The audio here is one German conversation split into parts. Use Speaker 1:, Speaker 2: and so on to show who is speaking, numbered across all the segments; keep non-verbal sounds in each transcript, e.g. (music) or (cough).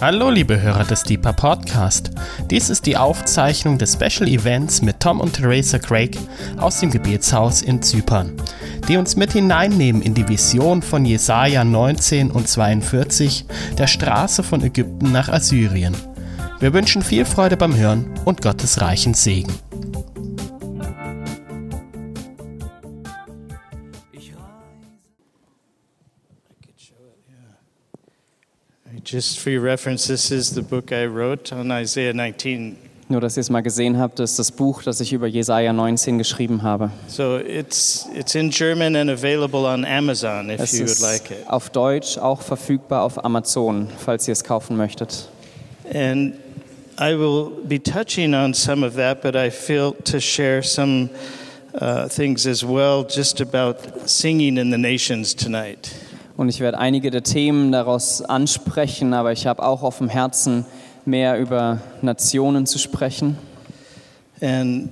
Speaker 1: Hallo liebe Hörer des Deeper Podcast. Dies ist die Aufzeichnung des Special Events mit Tom und Theresa Craig aus dem Gebetshaus in Zypern, die uns mit hineinnehmen in die Vision von Jesaja 19 und 42, der Straße von Ägypten nach Assyrien. Wir wünschen viel Freude beim Hören und Gottes reichen Segen.
Speaker 2: Just for your reference, this is the book I wrote on Isaiah 19.
Speaker 3: Nur, dass ihr es mal gesehen habt, ist das Buch, das ich über Jesaja 19 geschrieben habe.
Speaker 2: So it's it's in German and available on Amazon if
Speaker 3: Es
Speaker 2: you would like
Speaker 3: ist
Speaker 2: it.
Speaker 3: auf Deutsch auch verfügbar auf Amazon, falls ihr es kaufen möchtet.
Speaker 2: And I will be touching on some of that, but I feel to share some uh, things as well, just about singing in the nations tonight.
Speaker 3: Und ich werde einige der Themen daraus ansprechen, aber ich habe auch auf dem Herzen, mehr über Nationen zu sprechen.
Speaker 2: And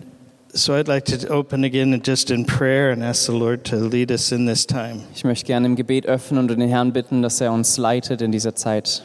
Speaker 2: so I'd like to open again and just in prayer and ask the Lord to lead us in this time.
Speaker 3: Ich möchte gerne im Gebet öffnen und den Herrn bitten, dass er uns leitet in dieser Zeit.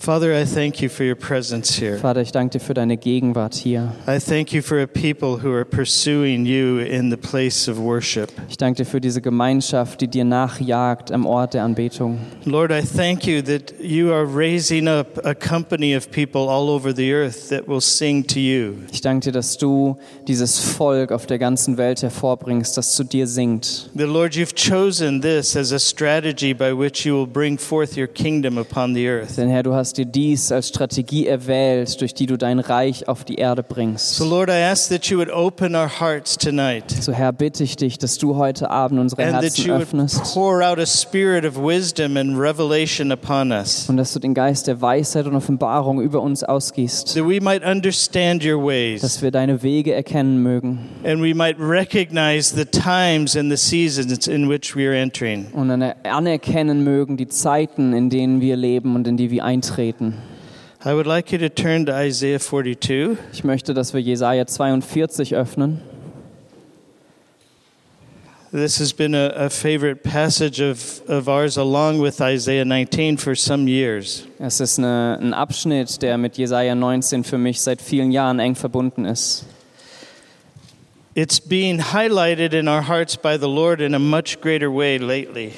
Speaker 2: Father, I thank you for your presence here.
Speaker 3: Vater, ich danke dir für deine Gegenwart hier.
Speaker 2: I thank you for a people who are pursuing you in the place of worship.
Speaker 3: Ich danke dir für diese Gemeinschaft, die dir nachjagt am Ort der Anbetung.
Speaker 2: Lord, I thank you that you are raising up a company of people all over the earth that will sing to you.
Speaker 3: Ich danke dir, dass du dieses Volk auf der ganzen Welt hervorbringst, das zu dir singt.
Speaker 2: The Lord, you've chosen this as a strategy by which you will bring forth your kingdom upon the earth.
Speaker 3: Denn Herr, du hast dir dies als Strategie erwählt, durch die du dein Reich auf die Erde bringst.
Speaker 2: So, Lord, I ask that you would open our hearts tonight
Speaker 3: So Herr, bitte ich dich, dass du heute Abend unsere
Speaker 2: and that
Speaker 3: Herzen
Speaker 2: you would
Speaker 3: öffnest
Speaker 2: pour out a spirit of wisdom and revelation upon us,
Speaker 3: und dass du den Geist der Weisheit und Offenbarung über uns ausgießt,
Speaker 2: that we might understand your
Speaker 3: dass
Speaker 2: ways
Speaker 3: wir deine Wege erkennen mögen
Speaker 2: and we might recognize the times and the seasons in which we are entering.
Speaker 3: und dann anerkennen mögen die Zeiten, in denen wir leben und in die wir eintreten.
Speaker 2: I would like you to turn to Isaiah 42.
Speaker 3: Ich möchte, dass wir Jesaja 42 öffnen.
Speaker 2: This has been a, a favorite passage of, of ours, along with Isaiah 19, for some years.
Speaker 3: Es ist eine, ein Abschnitt, der mit Jesaja 19 für mich seit vielen Jahren eng verbunden ist.
Speaker 2: It's being highlighted in our hearts by the Lord in a much greater way lately.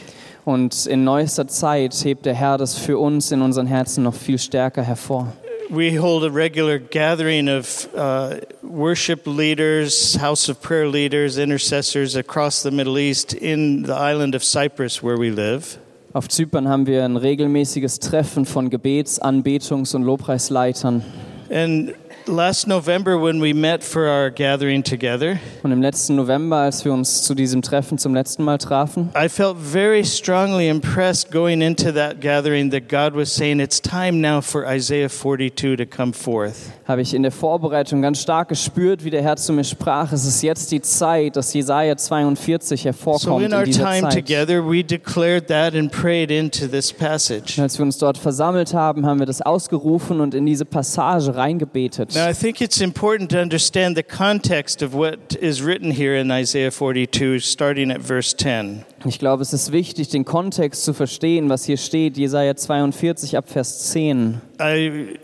Speaker 3: Und in neuester Zeit hebt der Herr das für uns in unseren Herzen noch viel stärker hervor.
Speaker 2: We hold a regular gathering of uh, worship leaders, house of prayer leaders, intercessors across the Middle East in the island of Cyprus where we live.
Speaker 3: Auf Zypern haben wir ein regelmäßiges Treffen von Gebets-, Anbetungs- und Lobpreisleitern.
Speaker 2: And last November, when we met for our gathering together,
Speaker 3: Und im letzten November, als wir uns zu diesem Treffen zum letzten Mal trafen,
Speaker 2: I felt very strongly impressed going into that gathering that God was saying, It's time now for Isaiah 42 to come forth.
Speaker 3: habe ich in der Vorbereitung ganz stark gespürt, wie der Herr zu mir sprach, es ist jetzt die Zeit, dass Jesaja 42
Speaker 2: So,
Speaker 3: hervorkommt
Speaker 2: in
Speaker 3: in
Speaker 2: our
Speaker 3: dieser
Speaker 2: time
Speaker 3: Zeit.
Speaker 2: together, we declared that and prayed into this passage.
Speaker 3: Und als wir uns dort versammelt haben, haben wir das ausgerufen und in diese Passage reingebetet.
Speaker 2: Now, I think it's important to understand the context of what is written here in Isaiah 42, starting at verse 10.
Speaker 3: Ich glaube, es ist wichtig, den Kontext zu verstehen, was hier steht. Jesaja 42 ab Vers 10.
Speaker 2: I,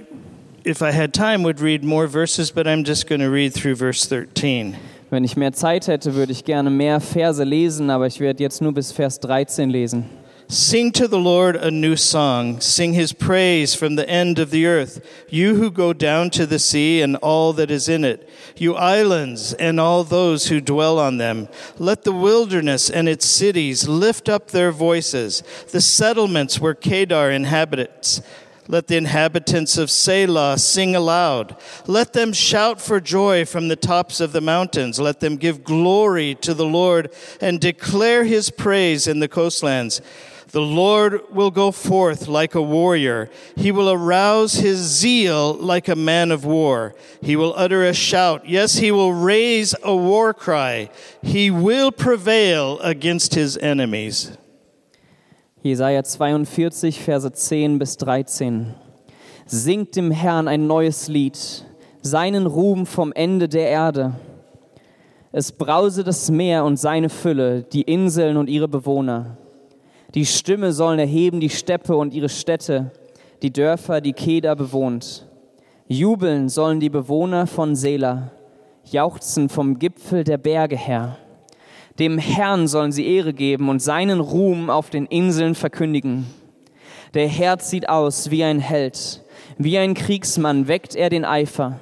Speaker 2: if I had time, would read more verses, but I'm just going to read through verse 13.
Speaker 3: Wenn ich mehr Zeit hätte, würde ich gerne mehr Verse lesen, aber ich werde jetzt nur bis Vers 13 lesen.
Speaker 2: Sing to the Lord a new song. Sing his praise from the end of the earth. You who go down to the sea and all that is in it, you islands and all those who dwell on them. Let the wilderness and its cities lift up their voices, the settlements where Kedar inhabits. Let the inhabitants of Selah sing aloud. Let them shout for joy from the tops of the mountains. Let them give glory to the Lord and declare his praise in the coastlands. The Lord will go forth like a warrior. He will arouse his zeal like a man of war. He will utter a shout. Yes, he will raise a war cry. He will prevail against his enemies.
Speaker 3: Jesaja 42, Verse 10 bis 13. Singt dem Herrn ein neues Lied, seinen Ruhm vom Ende der Erde. Es brause das Meer und seine Fülle, die Inseln und ihre Bewohner. Die Stimme sollen erheben die Steppe und ihre Städte. die Dörfer, die Keda bewohnt. Jubeln sollen die Bewohner von Sela, jauchzen vom Gipfel der Berge her. Dem Herrn sollen sie Ehre geben und seinen Ruhm auf den Inseln verkündigen. Der Herr zieht aus wie ein Held, wie ein Kriegsmann weckt er den Eifer.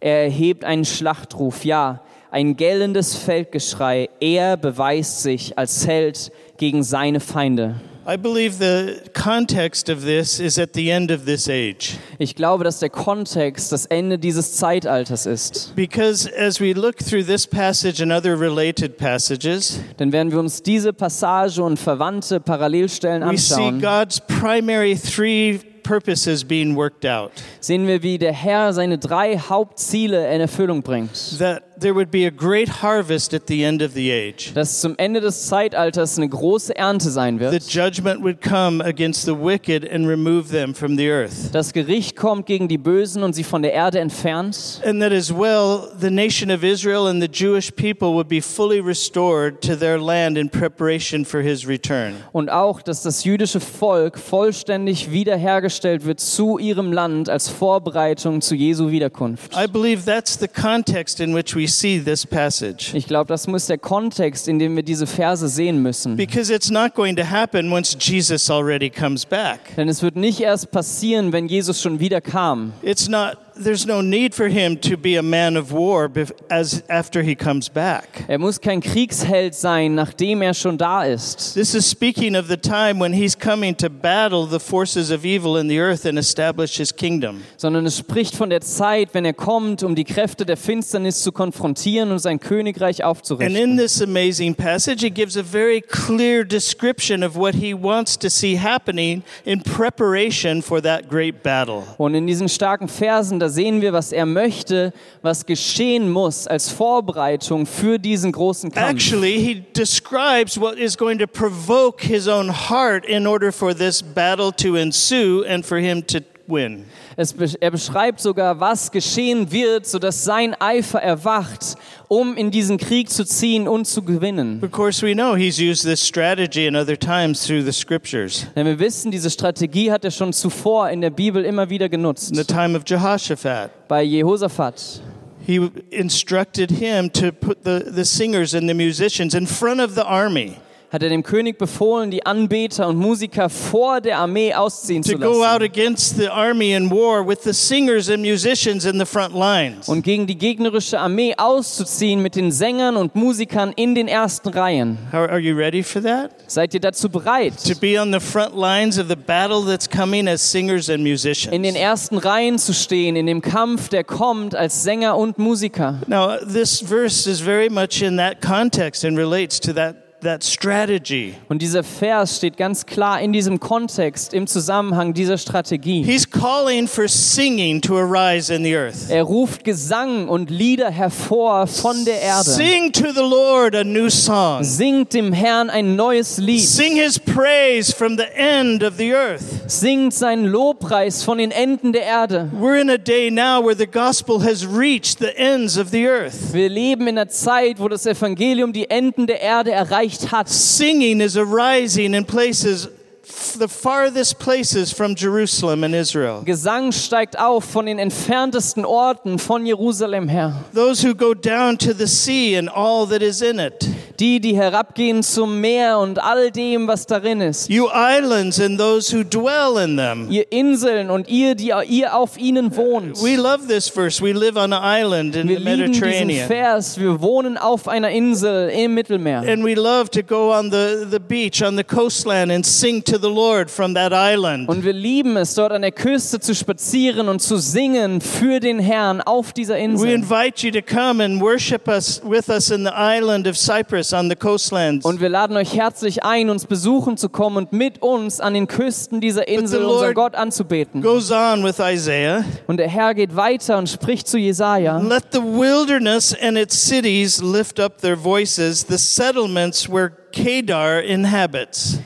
Speaker 3: Er erhebt einen Schlachtruf, ja, ein gellendes Feldgeschrei. Er beweist sich als Held gegen seine Feinde.
Speaker 2: I believe the context of this is at the end of this age.
Speaker 3: Ich glaube, dass der Kontext das Ende dieses Zeitalters ist.
Speaker 2: Because as we look through this passage and other related passages,
Speaker 3: Denn wenn wir uns diese Passage und verwandte Parallelstellen
Speaker 2: we see
Speaker 3: anschauen,
Speaker 2: God's primary three purposes being worked out.
Speaker 3: sehen wir, wie der Herr seine drei Hauptziele in Erfüllung bringt.
Speaker 2: That there would be a great harvest at the end of the age.
Speaker 3: Dass zum Ende des Zeitalters eine große Ernte sein
Speaker 2: The
Speaker 3: wird.
Speaker 2: judgment would come against the wicked and remove them from the earth.
Speaker 3: Das Gericht kommt gegen die Bösen und sie von der Erde entfernt.
Speaker 2: And that as well, the nation of Israel and the Jewish people would be fully restored to their land in preparation for his return.
Speaker 3: Und auch, dass das jüdische Volk vollständig wiederhergestellt wird zu ihrem Land als Vorbereitung zu Jesu Wiederkunft.
Speaker 2: I believe that's the context in which we see this passage.
Speaker 3: Ich glaube, das muss der Kontext, in dem wir diese Verse sehen müssen.
Speaker 2: Because it's not going to happen once Jesus already comes back.
Speaker 3: Denn es wird nicht erst passieren, wenn Jesus schon wieder kam.
Speaker 2: It's not there's no need for him to be a man of war bef- as after he comes back.
Speaker 3: Er muss kein Kriegsheld sein, nachdem er schon da ist.
Speaker 2: This is speaking of the time when he's coming to battle the forces of evil in the earth and establish his kingdom.
Speaker 3: Sondern es spricht von der Zeit, wenn er kommt, um die Kräfte der Finsternis zu konfrontieren und sein Königreich
Speaker 2: And in
Speaker 3: aufzurichten.
Speaker 2: this amazing passage, he gives a very clear description of what he wants to see happening in preparation for that great battle.
Speaker 3: Und in diesen starken Versen, da sehen wir, was er möchte, was geschehen muss als Vorbereitung für diesen großen Kampf.
Speaker 2: Actually, he describes what is going to provoke his own heart in order for this battle to ensue and for him to win.
Speaker 3: Es, be- er beschreibt sogar, was geschehen wird, sodass sein Eifer erwacht, um in diesen Krieg zu ziehen und zu gewinnen.
Speaker 2: Of course, we know he's used this strategy in other times through the scriptures.
Speaker 3: Denn wir wissen, diese Strategie hat er schon zuvor in der Bibel immer wieder
Speaker 2: In the
Speaker 3: genutzt.
Speaker 2: time of Jehoshaphat,
Speaker 3: Bei Jehosaphat.
Speaker 2: he instructed him to put the, the singers and the musicians in front of the army,
Speaker 3: Hat er dem König befohlen, die Anbeter und Musiker vor der Armee ausziehen
Speaker 2: to
Speaker 3: zu
Speaker 2: go out
Speaker 3: lassen.
Speaker 2: against the army in war with the singers and musicians in the front lines.
Speaker 3: und gegen die gegnerische Armee auszuziehen mit den Sängern und Musikern in den ersten Reihen.
Speaker 2: How, are you ready for that?
Speaker 3: Seid ihr dazu
Speaker 2: to
Speaker 3: bereit,
Speaker 2: be on the front lines of the battle that's coming as singers and musicians.
Speaker 3: in den ersten Reihen zu stehen, in dem Kampf, der kommt als Sänger und Musiker?
Speaker 2: now, this verse is very much in that context and relates to that, that strategy.
Speaker 3: Und dieser Vers steht ganz klar in diesem Kontext, im Zusammenhang dieser Strategie.
Speaker 2: He's calling for singing to arise in the earth.
Speaker 3: Er ruft Gesang und Lieder hervor von der Erde.
Speaker 2: Sing to the Lord a new song.
Speaker 3: Singt dem Herrn ein neues Lied.
Speaker 2: Sing his praise from the end of the earth.
Speaker 3: Singt seinen Lobpreis von den Enden der Erde.
Speaker 2: We're in a day now where the gospel has reached the ends of the earth.
Speaker 3: Wir leben in einer Zeit, wo das Evangelium die Enden der Erde erreicht hat.
Speaker 2: Singing is arising in places, f- the farthest places from Jerusalem and Israel.
Speaker 3: Gesang steigt auf von den entferntesten Orten von Jerusalem her.
Speaker 2: those who go down to the sea and all that is in it.
Speaker 3: Die, die herabgehen zum Meer und all dem, was darin ist.
Speaker 2: You islands and those who dwell in them.
Speaker 3: Ihr Inseln und ihr, die ihr auf ihnen wohnt.
Speaker 2: We love this verse. We live on an island in
Speaker 3: Wir
Speaker 2: the
Speaker 3: lieben diesen
Speaker 2: Mediterranean.
Speaker 3: Vers. Wir wohnen auf einer Insel im Mittelmeer.
Speaker 2: And we love to go on the, the beach, on the coastland, and sing to the Lord from that island.
Speaker 3: Und wir lieben es, dort an der Küste zu spazieren und zu singen für den Herrn auf dieser
Speaker 2: We
Speaker 3: Insel.
Speaker 2: invite you to come and worship us with us in the island of Cyprus on the coastlands.
Speaker 3: Und wir laden euch herzlich ein, uns besuchen zu kommen und mit uns an den Küsten dieser Insel unseren
Speaker 2: Lord
Speaker 3: Gott anzubeten.
Speaker 2: Goes on with Isaiah.
Speaker 3: Und der Herr geht weiter und spricht zu Jesaja.
Speaker 2: Let the wilderness and its cities lift up their voices, the settlements where Kedar inhabits.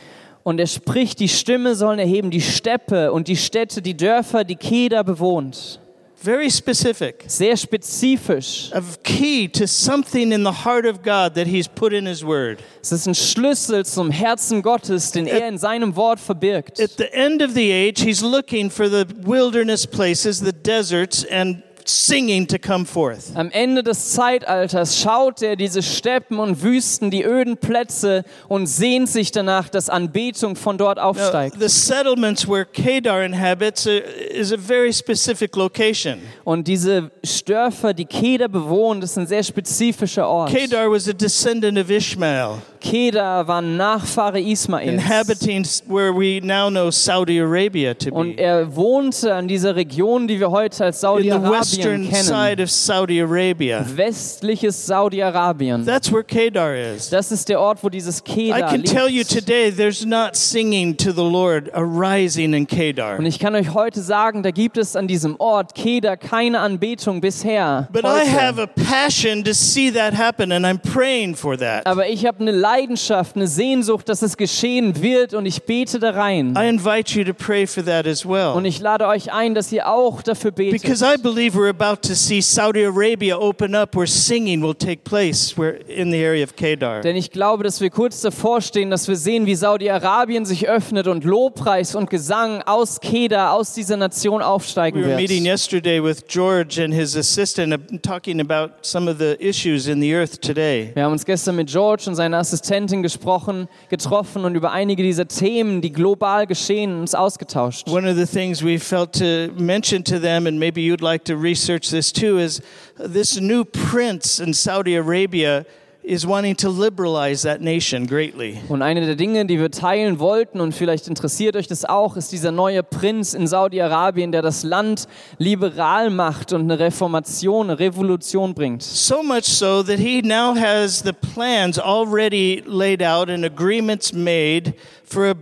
Speaker 3: Und er spricht, die Stimme sollen erheben, die Steppe und die Städte, die Dörfer, die Keda bewohnt.
Speaker 2: very specific,
Speaker 3: sehr spezifisch.
Speaker 2: a key to something in the heart of God that He's put in His Word.
Speaker 3: Es ist ein Schlüssel zum Herzen Gottes, den er in seinem Wort verbirgt.
Speaker 2: At the end of the age, He's looking for the wilderness places, the deserts, and singing to come forth.
Speaker 3: Am Ende des Zeitalters schaut er diese Steppen und Wüsten, die öden Plätze und sehnt sich danach, dass Anbetung von dort
Speaker 2: Now,
Speaker 3: aufsteigt.
Speaker 2: the settlements where Kedar inhabits uh, is a very specific location.
Speaker 3: Und diese Dörfer, die Kedar bewohnen, das ist ein sehr spezifischer Ort.
Speaker 2: Kedar was a descendant of Ishmael,
Speaker 3: Kedar war ein Nachfahre Ismaels.
Speaker 2: inhabiting s- where we now know Saudi Arabia to
Speaker 3: Und
Speaker 2: be.
Speaker 3: er wohnte an dieser Region, die wir heute als
Speaker 2: In the
Speaker 3: Saudi-Arabien
Speaker 2: western side
Speaker 3: kennen.
Speaker 2: of Saudi Arabia.
Speaker 3: Westliches Saudi-Arabien.
Speaker 2: That's where Kedar is.
Speaker 3: Das ist der Ort, wo dieses
Speaker 2: I
Speaker 3: Kedar
Speaker 2: can tell you
Speaker 3: liegt.
Speaker 2: today, there's not singing to the Lord arising in
Speaker 3: Und
Speaker 2: Kedar.
Speaker 3: ich kann euch heute sagen, da gibt es an diesem Ort Kedar keine Anbetung bisher.
Speaker 2: But I have
Speaker 3: Heute.
Speaker 2: a passion to see that happen, and I'm praying for that.
Speaker 3: Aber ich habe eine Leidenschaft, eine Sehnsucht, dass es geschehen wird und ich bete da rein.
Speaker 2: I invite you to pray for that as
Speaker 3: Und
Speaker 2: well.
Speaker 3: ich lade euch ein, dass ihr auch dafür betet.
Speaker 2: Because I believe we're about to see Saudi Arabia open up where singing will take place where, in the area of Kedar.
Speaker 3: Denn ich glaube, dass wir kurz davor stehen, dass wir sehen, wie Saudi-Arabien sich öffnet und Lobpreis und Gesang aus Kedar, aus dieser Nation aufsteigen
Speaker 2: We were meeting
Speaker 3: wird.
Speaker 2: yesterday with George and his assistant uh, talking about some of the issues in the earth today.
Speaker 3: Wir haben uns gestern mit George und seiner Assistentin gesprochen, getroffen und über einige dieser Themen, die global geschehen, uns ausgetauscht.
Speaker 2: One of the things we felt to mention to them, and maybe you'd like to research this too, is this new prince in Saudi Arabia is wanting to liberalize that nation greatly.
Speaker 3: Und eine der Dinge, die wir teilen wollten, und vielleicht interessiert euch das auch, ist dieser neue Prinz in Saudi-Arabien, der das Land liberal macht und eine Reformation, eine Revolution bringt.
Speaker 2: So much so that he now has the plans already laid out and agreements made for a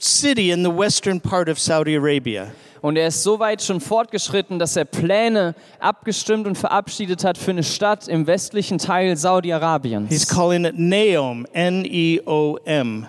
Speaker 2: city in the western part of Saudi Arabia.
Speaker 3: Und er ist so weit schon fortgeschritten, dass er Pläne abgestimmt und verabschiedet hat für eine Stadt im westlichen Teil
Speaker 2: He's
Speaker 3: Saudi-Arabiens.
Speaker 2: calling it Naom, N E O M.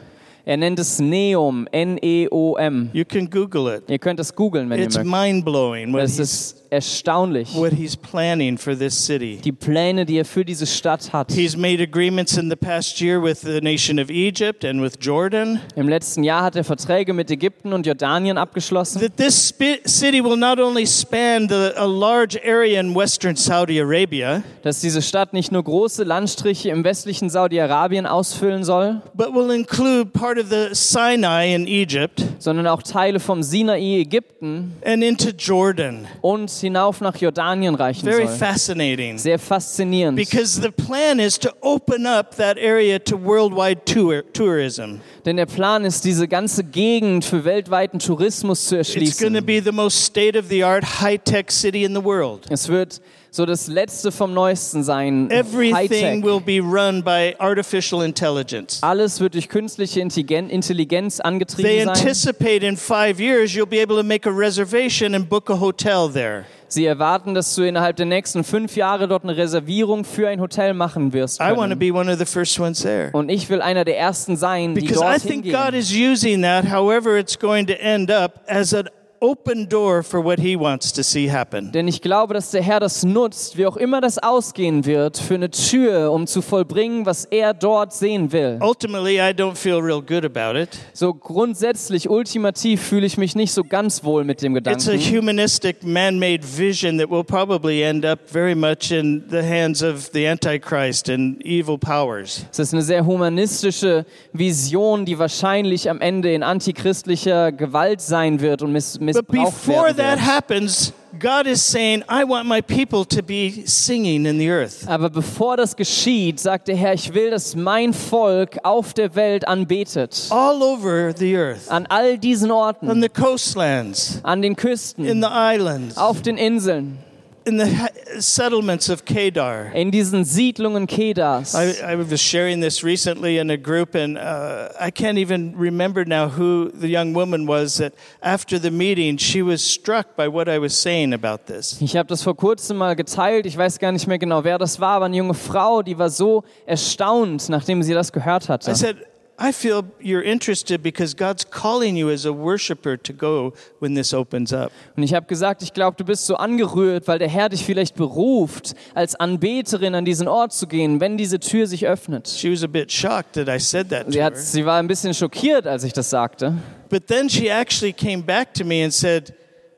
Speaker 3: Er nennt es Neom, N-E-O-M.
Speaker 2: You can Google it.
Speaker 3: Ihr könnt es googeln, wenn ihr
Speaker 2: It's
Speaker 3: mögt.
Speaker 2: mind blowing what,
Speaker 3: Es
Speaker 2: he's-
Speaker 3: ist erstaunlich,
Speaker 2: what he's planning for this city.
Speaker 3: die Pläne, die er für diese Stadt hat.
Speaker 2: He's made agreements in the past year with the nation of Egypt and with Jordan
Speaker 3: Im letzten Jahr hat er Verträge mit Ägypten und Jordanien abgeschlossen.
Speaker 2: that this spi- city will not only span the, a large area in western Saudi Arabia,
Speaker 3: dass diese Stadt nicht nur große Landstriche im westlichen Saudi-Arabien ausfüllen soll,
Speaker 2: but will include part of the Sinai in Egypt
Speaker 3: sondern auch Teile vom Sinai Ägypten
Speaker 2: and into Jordan.
Speaker 3: und hinauf nach Jordanien reichen
Speaker 2: Very
Speaker 3: soll.
Speaker 2: fascinating.
Speaker 3: Sehr faszinierend,
Speaker 2: Because the plan is to open up that area to worldwide tour- tourism.
Speaker 3: denn der Plan ist, diese ganze Gegend für weltweiten Tourismus zu
Speaker 2: It's going to
Speaker 3: erschließen.
Speaker 2: be the most state of the art, high tech city in the world.
Speaker 3: Es wird so das Letzte vom Neuesten sein.
Speaker 2: Everything
Speaker 3: Hightech.
Speaker 2: will be run by artificial intelligence.
Speaker 3: Alles wird durch künstliche Intelligen- Intelligenz
Speaker 2: They
Speaker 3: angetrieben sein.
Speaker 2: anticipate in five years you'll be able to make a reservation and book a hotel there.
Speaker 3: Sie erwarten, dass du innerhalb der nächsten fünf Jahre dort eine Reservierung für ein Hotel machen wirst.
Speaker 2: I want to
Speaker 3: Können.
Speaker 2: be one of the first ones there.
Speaker 3: Und ich will einer der ersten sein, die
Speaker 2: Because I think
Speaker 3: dorthin
Speaker 2: God
Speaker 3: gehen.
Speaker 2: is using that, however, it's going to end up as an open door for what He wants to see happen.
Speaker 3: Denn ich glaube, dass der Herr das nutzt, wie auch immer das ausgehen wird, für eine Tür, um zu vollbringen, was er dort sehen will.
Speaker 2: Ultimately, I don't feel real good about it.
Speaker 3: So grundsätzlich, ultimativ fühle ich mich nicht so ganz wohl mit dem
Speaker 2: It's a
Speaker 3: Gedanken.
Speaker 2: humanistic, man made vision that will probably end up very much in the hands of the Antichrist and evil powers.
Speaker 3: Es ist eine sehr humanistische Vision, die wahrscheinlich am Ende in antichristlicher Gewalt sein wird und miss
Speaker 2: But
Speaker 3: missbraucht
Speaker 2: before
Speaker 3: werden
Speaker 2: that
Speaker 3: wird.
Speaker 2: happens, God is saying, I want my people to be singing in the earth.
Speaker 3: Aber bevor das geschieht, sagt der Herr, ich will, dass mein Volk auf der Welt anbetet.
Speaker 2: All over the earth,
Speaker 3: An all diesen Orten.
Speaker 2: on the coastlands,
Speaker 3: an den Küsten,
Speaker 2: in the islands,
Speaker 3: auf den Inseln,
Speaker 2: in the ha- settlements of Kedar.
Speaker 3: in diesen Siedlungen Kedars.
Speaker 2: I, I was sharing this recently in a group, and uh, I can't even remember now who the young woman was that after the meeting, she was struck by what I was saying about this.
Speaker 3: Ich habe das vor kurzem mal geteilt, ich weiß gar nicht mehr genau, wer das war, aber eine junge Frau, die war so erstaunt, nachdem sie das gehört
Speaker 2: I
Speaker 3: hatte.
Speaker 2: said, I feel you're interested because God's calling you as a worshiper to go when this opens up.
Speaker 3: Und ich habe gesagt, ich glaube, du bist so angerührt, weil der Herr dich vielleicht beruft, als Anbeterin an diesen Ort zu gehen, wenn diese Tür sich öffnet.
Speaker 2: She was a bit shocked that I said that
Speaker 3: Sie,
Speaker 2: to
Speaker 3: hat,
Speaker 2: her.
Speaker 3: sie war ein bisschen schockiert, als ich das sagte.
Speaker 2: But then she actually came back to me and said,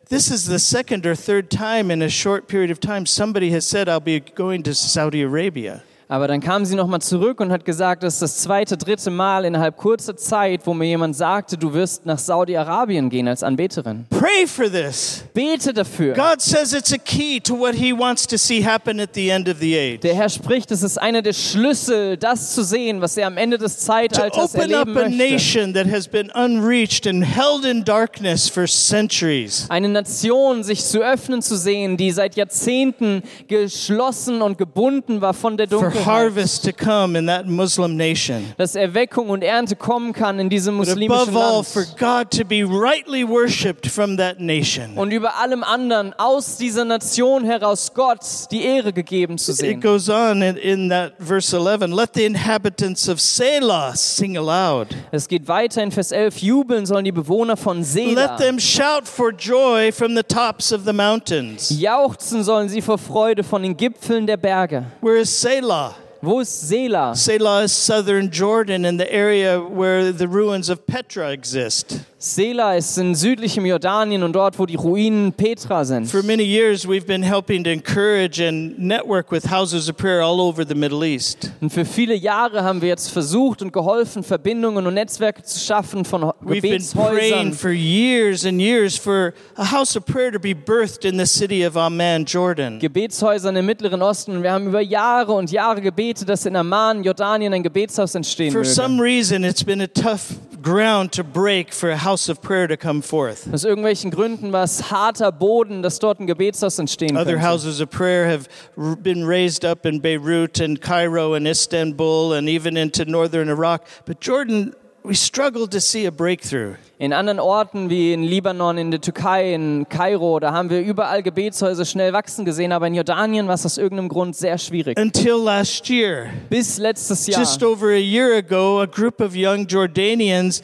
Speaker 2: This is the second or third time in a short period of time somebody has said, I'll be going to Saudi Arabia.
Speaker 3: Aber dann kam sie nochmal zurück und hat gesagt, das ist das zweite, dritte Mal innerhalb kurzer Zeit, wo mir jemand sagte, du wirst nach Saudi-Arabien gehen als Anbeterin.
Speaker 2: Pray for this.
Speaker 3: Bete dafür.
Speaker 2: God says it's a key to what He wants to see happen at the end of the age.
Speaker 3: Der Herr spricht, es ist einer der Schlüssel, das zu sehen, was er am Ende des
Speaker 2: To
Speaker 3: Zeitalters
Speaker 2: open up
Speaker 3: erleben
Speaker 2: a
Speaker 3: möchte.
Speaker 2: nation that has been unreached and held in darkness for centuries.
Speaker 3: Eine Nation sich zu öffnen zu sehen, die seit Jahrzehnten geschlossen und gebunden war von der
Speaker 2: For
Speaker 3: Dunkelheit.
Speaker 2: harvest to come in that Muslim nation.
Speaker 3: Dass Erweckung und Ernte kommen kann in diesem
Speaker 2: But above
Speaker 3: muslimischen
Speaker 2: all, for
Speaker 3: Land.
Speaker 2: God to be rightly worshipped from that nation.
Speaker 3: Und über allem anderen aus dieser Nation heraus Gott die Ehre gegeben zu
Speaker 2: It
Speaker 3: sehen.
Speaker 2: goes on in, in that verse 11 let the inhabitants of Selah sing aloud.
Speaker 3: Es geht weiter in Vers 11. Jubeln sollen die Bewohner von Sela.
Speaker 2: Let them shout for joy from the tops of the mountains.
Speaker 3: Jauchzen sollen sie vor Freude von den Gipfeln der Berge.
Speaker 2: Where is Selah?
Speaker 3: Wo ist Sela?
Speaker 2: Selah is southern Jordan in the area where the ruins of Petra exist.
Speaker 3: Sela ist in südlichem Jordanien und dort, wo die Ruinen Petra sind.
Speaker 2: For many years, we've been helping to encourage and network with houses of prayer all over the Middle East.
Speaker 3: Und für viele Jahre haben wir jetzt versucht und geholfen, Verbindungen und Netzwerke zu schaffen von Ho-
Speaker 2: We've been praying
Speaker 3: Gebetshäusern.
Speaker 2: for years and years for a house of prayer to be birthed in the city of Amman, Jordan.
Speaker 3: Gebetshäusern im Mittleren Osten. Und wir haben über Jahre und Jahre gebetet, dass in Amman, Jordanien, ein Gebetshaus entstehen
Speaker 2: For some
Speaker 3: möge.
Speaker 2: reason, it's been a tough ground to break for a house of prayer to come forth.
Speaker 3: Aus irgendwelchen Gründen war es harter Boden, dass dort ein Gebetshaus entstehen
Speaker 2: Other
Speaker 3: könnte.
Speaker 2: houses of prayer have r- been raised up in Beirut and Cairo and Istanbul and even into northern Iraq. But Jordan, we struggled to see a breakthrough.
Speaker 3: In anderen Orten wie in Libanon, in der Türkei, in Kairo, da haben wir überall Gebetshäuser schnell wachsen gesehen, aber in Jordanien war es aus irgendeinem Grund sehr schwierig.
Speaker 2: Until last year,
Speaker 3: Bis letztes Jahr.
Speaker 2: just over a year ago, a group of young Jordanians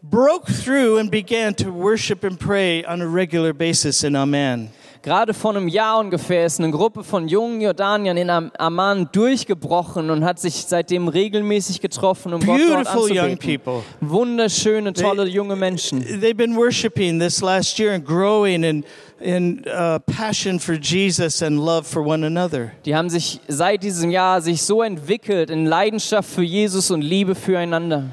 Speaker 2: broke through and began to worship and pray on a regular basis in Amman.
Speaker 3: Gerade vor einem Jahr ungefähr ist eine Gruppe von jungen Jordaniern in Am- Amman durchgebrochen und hat sich seitdem regelmäßig getroffen, um Gott dort
Speaker 2: Beautiful young
Speaker 3: anzubeten.
Speaker 2: people.
Speaker 3: Wunderschöne, tolle
Speaker 2: They-
Speaker 3: junge Menschen.
Speaker 2: They've been worshiping this last year and growing in, in uh, passion for Jesus and love for one another.
Speaker 3: Die haben sich seit diesem Jahr sich so entwickelt in Leidenschaft für Jesus und Liebe füreinander.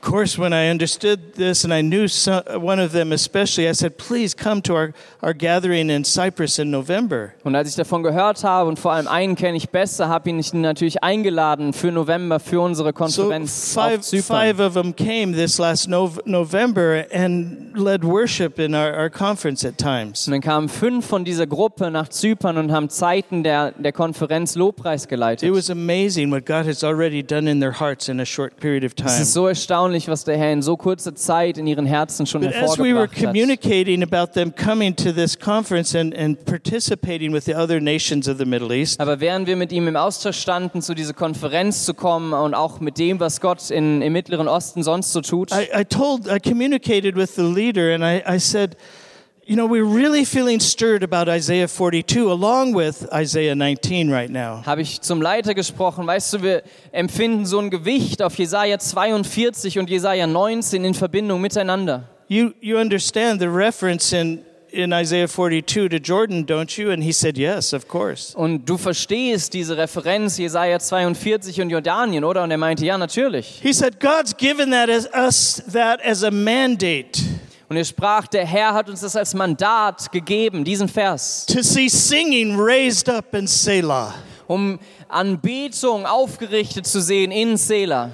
Speaker 2: Of course, when I understood this and I knew so, one of them especially, I said, please come to our, our gathering in Cyprus in November.
Speaker 3: Und als ich davon gehört habe und vor allem einen kenne ich besser, habe ihn natürlich eingeladen für November für unsere
Speaker 2: So
Speaker 3: Konferenz auf
Speaker 2: five,
Speaker 3: Zypern.
Speaker 2: five of them came this last Nov- November and led worship in our, our conference at times.
Speaker 3: Und dann kamen fünf von dieser Gruppe nach Zypern und haben Zeiten der, der Konferenz Lobpreis
Speaker 2: It
Speaker 3: geleitet.
Speaker 2: was amazing what God has already done in their hearts in a short period of
Speaker 3: Es
Speaker 2: time.
Speaker 3: ist so erstaunlich, was der Herr in so kurzer Zeit in ihren Herzen schon
Speaker 2: But as we were
Speaker 3: hervorgebracht hat.
Speaker 2: communicating about them coming to this conference and, and participating with the other nations of the Middle East,
Speaker 3: Aber während wir mit ihm im Austausch standen, zu dieser Konferenz zu kommen und auch mit dem, was Gott in, im Mittleren Osten sonst so tut,
Speaker 2: I, I told, I communicated with the leader and I, I said, you know, we're really feeling stirred about Isaiah 42 along with Isaiah 19 right now.
Speaker 3: habe ich zum Leiter gesprochen. Weißt du, wir empfinden so ein Gewicht auf Jesaja 42 und Jesaja 19 in Verbindung miteinander.
Speaker 2: You, you understand the reference in, in Isaiah 42 to Jordan, don't you? And he said, yes, of course.
Speaker 3: Und du verstehst diese Referenz Jesaja 42 und Jordanien, oder? Und er meinte, ja, natürlich.
Speaker 2: He said, God's given that as, us that as a mandate
Speaker 3: Und er sprach, der Herr hat uns das als Mandat gegeben, diesen Vers.
Speaker 2: to see singing raised up in Selah.
Speaker 3: um Anbetung aufgerichtet zu sehen in Sela.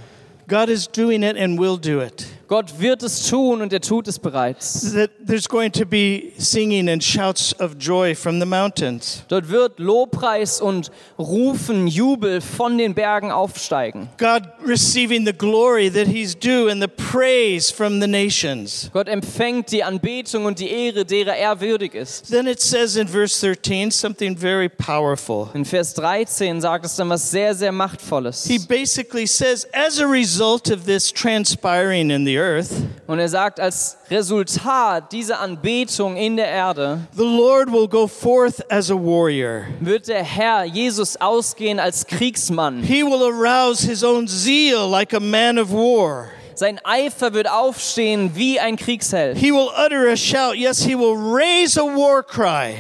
Speaker 2: God is doing it and will do it.
Speaker 3: Gott wird es tun und er tut es bereits.
Speaker 2: that there's going to be singing and shouts of joy from the mountains.
Speaker 3: Dort wird Lobpreis und Rufen, Jubel von den Bergen aufsteigen.
Speaker 2: God receiving the glory that he's due and the praise from the nations.
Speaker 3: Gott empfängt die Anbetung und die Ehre, derer er würdig ist.
Speaker 2: Then it says in verse 13 something very powerful.
Speaker 3: In Vers 13 sagt es dann was sehr, sehr Machtvolles.
Speaker 2: He basically says, as a result of this transpiring in the earth,
Speaker 3: Und er sagt, als Resultat dieser Anbetung in der Erde
Speaker 2: the Lord will go forth as a warrior.
Speaker 3: wird der Herr Jesus ausgehen als Kriegsmann.
Speaker 2: He will arouse his own zeal like a man of war.
Speaker 3: Sein Eifer wird aufstehen wie ein Kriegsheld.
Speaker 2: He will utter a shout. Yes, he will raise a war cry.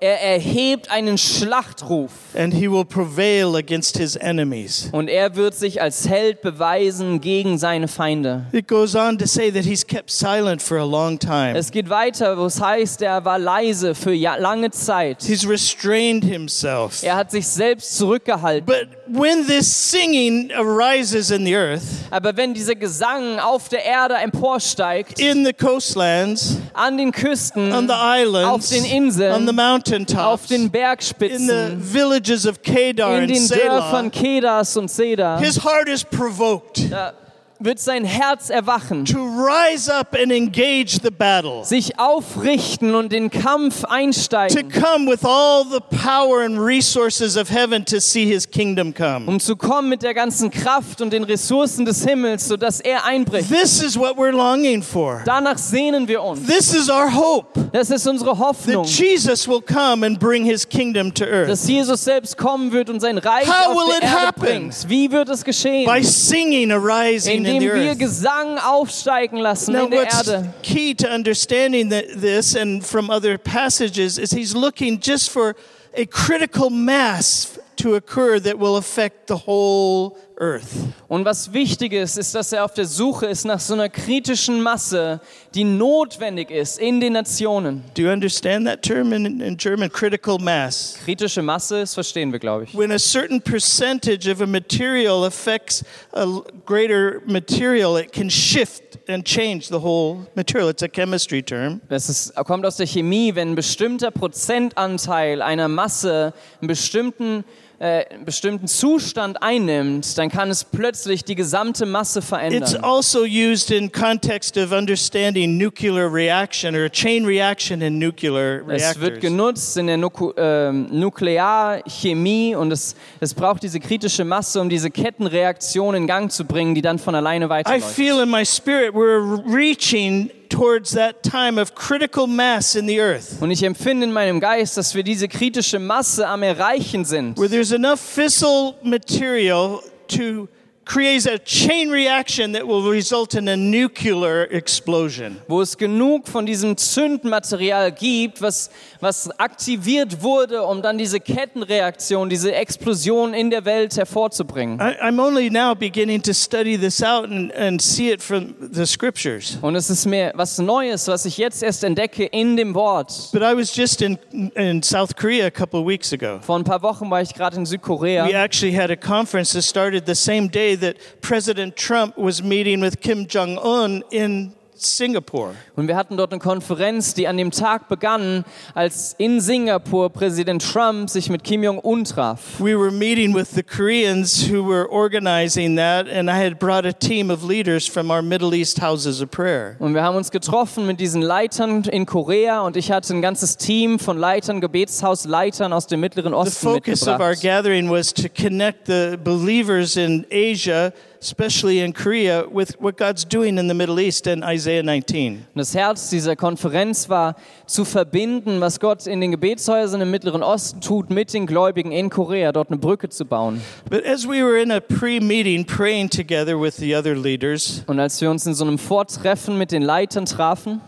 Speaker 3: Er erhebt einen Schlachtruf
Speaker 2: And he will prevail against his enemies.
Speaker 3: und er wird sich als Held beweisen gegen seine Feinde.
Speaker 2: It goes on to say that he's kept silent for a long time.
Speaker 3: Es geht weiter, wo es heißt, er war leise für ja lange Zeit.
Speaker 2: He's restrained himself.
Speaker 3: Er hat sich selbst zurückgehalten.
Speaker 2: But when this singing arises in the earth,
Speaker 3: Aber wenn dieser Gesang auf der Erde emporsteigt,
Speaker 2: in the coastlands,
Speaker 3: an den Küsten,
Speaker 2: on the
Speaker 3: auf
Speaker 2: islands,
Speaker 3: den Inseln,
Speaker 2: on the
Speaker 3: auf
Speaker 2: mountaintops,
Speaker 3: den
Speaker 2: in the
Speaker 3: Bergspitzen,
Speaker 2: villages of Kedar
Speaker 3: in
Speaker 2: and
Speaker 3: den
Speaker 2: Selah,
Speaker 3: Dörfern Kedas und Seda,
Speaker 2: his heart is provoked
Speaker 3: da wird sein Herz erwachen,
Speaker 2: to rise up and engage the battle,
Speaker 3: sich aufrichten und den Kampf
Speaker 2: to
Speaker 3: einsteigen,
Speaker 2: come with all the power and resources of heaven to see his kingdom come.
Speaker 3: um zu kommen mit der ganzen Kraft und den Ressourcen des Himmels, sodass er einbricht.
Speaker 2: This is what we're longing for.
Speaker 3: Danach sehnen wir uns.
Speaker 2: This is our hope
Speaker 3: Das ist unsere
Speaker 2: that
Speaker 3: Hoffnung.
Speaker 2: Jesus will come and bring his kingdom to earth.
Speaker 3: dass Jesus selbst kommen wird und sein Reich
Speaker 2: How
Speaker 3: auf
Speaker 2: will
Speaker 3: die
Speaker 2: it
Speaker 3: Erde
Speaker 2: happen?
Speaker 3: bringt. Wie wird es geschehen?
Speaker 2: by singing arising in
Speaker 3: Indem
Speaker 2: the
Speaker 3: wir
Speaker 2: earth.
Speaker 3: Gesang aufsteigen lassen
Speaker 2: Now,
Speaker 3: in der
Speaker 2: what's
Speaker 3: Erde.
Speaker 2: key to understanding that this and from other passages is he's looking just for a critical mass to occur that will affect the whole earth.
Speaker 3: Und was wichtig ist, ist, dass er auf der Suche ist nach so einer kritischen Masse, die notwendig ist in den Nationen.
Speaker 2: Do you understand that term in, in German? Critical mass.
Speaker 3: Kritische Masse, das verstehen wir, glaube ich.
Speaker 2: When a certain percentage of a material affects a l- greater material, it can shift and change the whole material. It's a chemistry term.
Speaker 3: Das ist, kommt aus der Chemie, wenn ein bestimmter Prozentanteil einer Masse einen bestimmten, äh, einen bestimmten Zustand einnimmt, dann kann es plötzlich die gesamte Masse verändern.
Speaker 2: It's also used in context of understanding nuclear reaction or chain reaction in nuclear
Speaker 3: Es wird
Speaker 2: reactors.
Speaker 3: genutzt in der Nuku ähm, Nuklearchemie und es, es braucht diese kritische Masse, um diese Kettenreaktion in Gang zu bringen, die dann von alleine
Speaker 2: I
Speaker 3: weiterläuft.
Speaker 2: feel in my spirit we're reaching towards that time of critical mass in the earth
Speaker 3: Und ich empfinde in meinem Geist, dass wir diese kritische Masse am Erreichen sind,
Speaker 2: where there's enough fissile material to create a chain reaction that will result in a nuclear explosion.
Speaker 3: wo es genug von diesem Zündmaterial gibt, was, was aktiviert wurde, um dann diese Kettenreaktion, diese Explosion in der Welt hervorzubringen.
Speaker 2: I, I'm only now beginning to study this out and, and see it from the scriptures.
Speaker 3: Und es ist mir was Neues, was ich jetzt erst entdecke in dem Wort.
Speaker 2: But I was just in, in South Korea a couple of weeks ago.
Speaker 3: Vor ein paar Wochen war ich gerade in Südkorea.
Speaker 2: We actually had a conference that started the same day that President Trump was meeting with Kim Jong un in Singapore.
Speaker 3: Und wir hatten dort eine Konferenz, die an dem Tag begann, als in Singapur Präsident Trump sich mit Kim Jong-un traf.
Speaker 2: We were meeting with the Koreans who were organizing that, and I had brought a team of leaders from our Middle East houses of prayer.
Speaker 3: Und wir haben uns getroffen mit diesen Leitern in Korea und ich hatte ein ganzes Team von Leitern, Gebetshausleitern aus dem Mittleren
Speaker 2: The
Speaker 3: Osten
Speaker 2: focus of our
Speaker 3: mitgebracht.
Speaker 2: gathering was to connect the believers in Asia, especially in Korea, with what God's doing in the Middle East and Isaiah 19.
Speaker 3: Und das Herz dieser Konferenz war, zu verbinden, was Gott in den Gebetshäusern im Mittleren Osten tut, mit den Gläubigen in Korea, dort eine Brücke zu bauen.
Speaker 2: But as we were in a pre meeting praying together with the other leaders,
Speaker 3: Und als wir uns in so einem Vortreffen mit den Leitern trafen,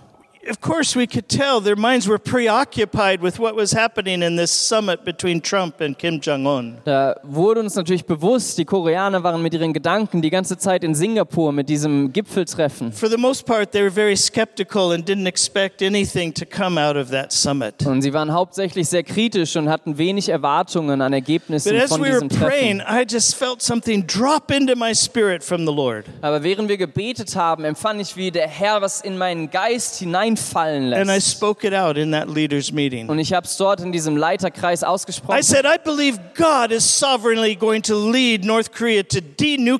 Speaker 2: of course, we could tell their minds were preoccupied with what was happening in this summit between Trump and Kim Jong un.
Speaker 3: Da wurde uns natürlich bewusst, die Koreaner waren mit ihren Gedanken die ganze Zeit in Singapur mit diesem Gipfeltreffen.
Speaker 2: For the most part, they were very skeptical and didn't expect anything to come out of that summit.
Speaker 3: Und sie waren hauptsächlich sehr kritisch und hatten wenig Erwartungen an
Speaker 2: But
Speaker 3: Ergebnissen
Speaker 2: as
Speaker 3: von
Speaker 2: we were
Speaker 3: diesem
Speaker 2: praying,
Speaker 3: Treffen.
Speaker 2: I just felt something drop into my spirit from the Lord.
Speaker 3: Aber während wir gebetet haben, empfand ich, wie der Herr was in meinen Geist hineinfallen
Speaker 2: And I
Speaker 3: lässt.
Speaker 2: spoke it out in that leaders' meeting.
Speaker 3: Und ich habe es dort in diesem Leiterkreis
Speaker 2: I
Speaker 3: ausgesprochen.
Speaker 2: said, I believe God is sovereignly going to lead North Korea to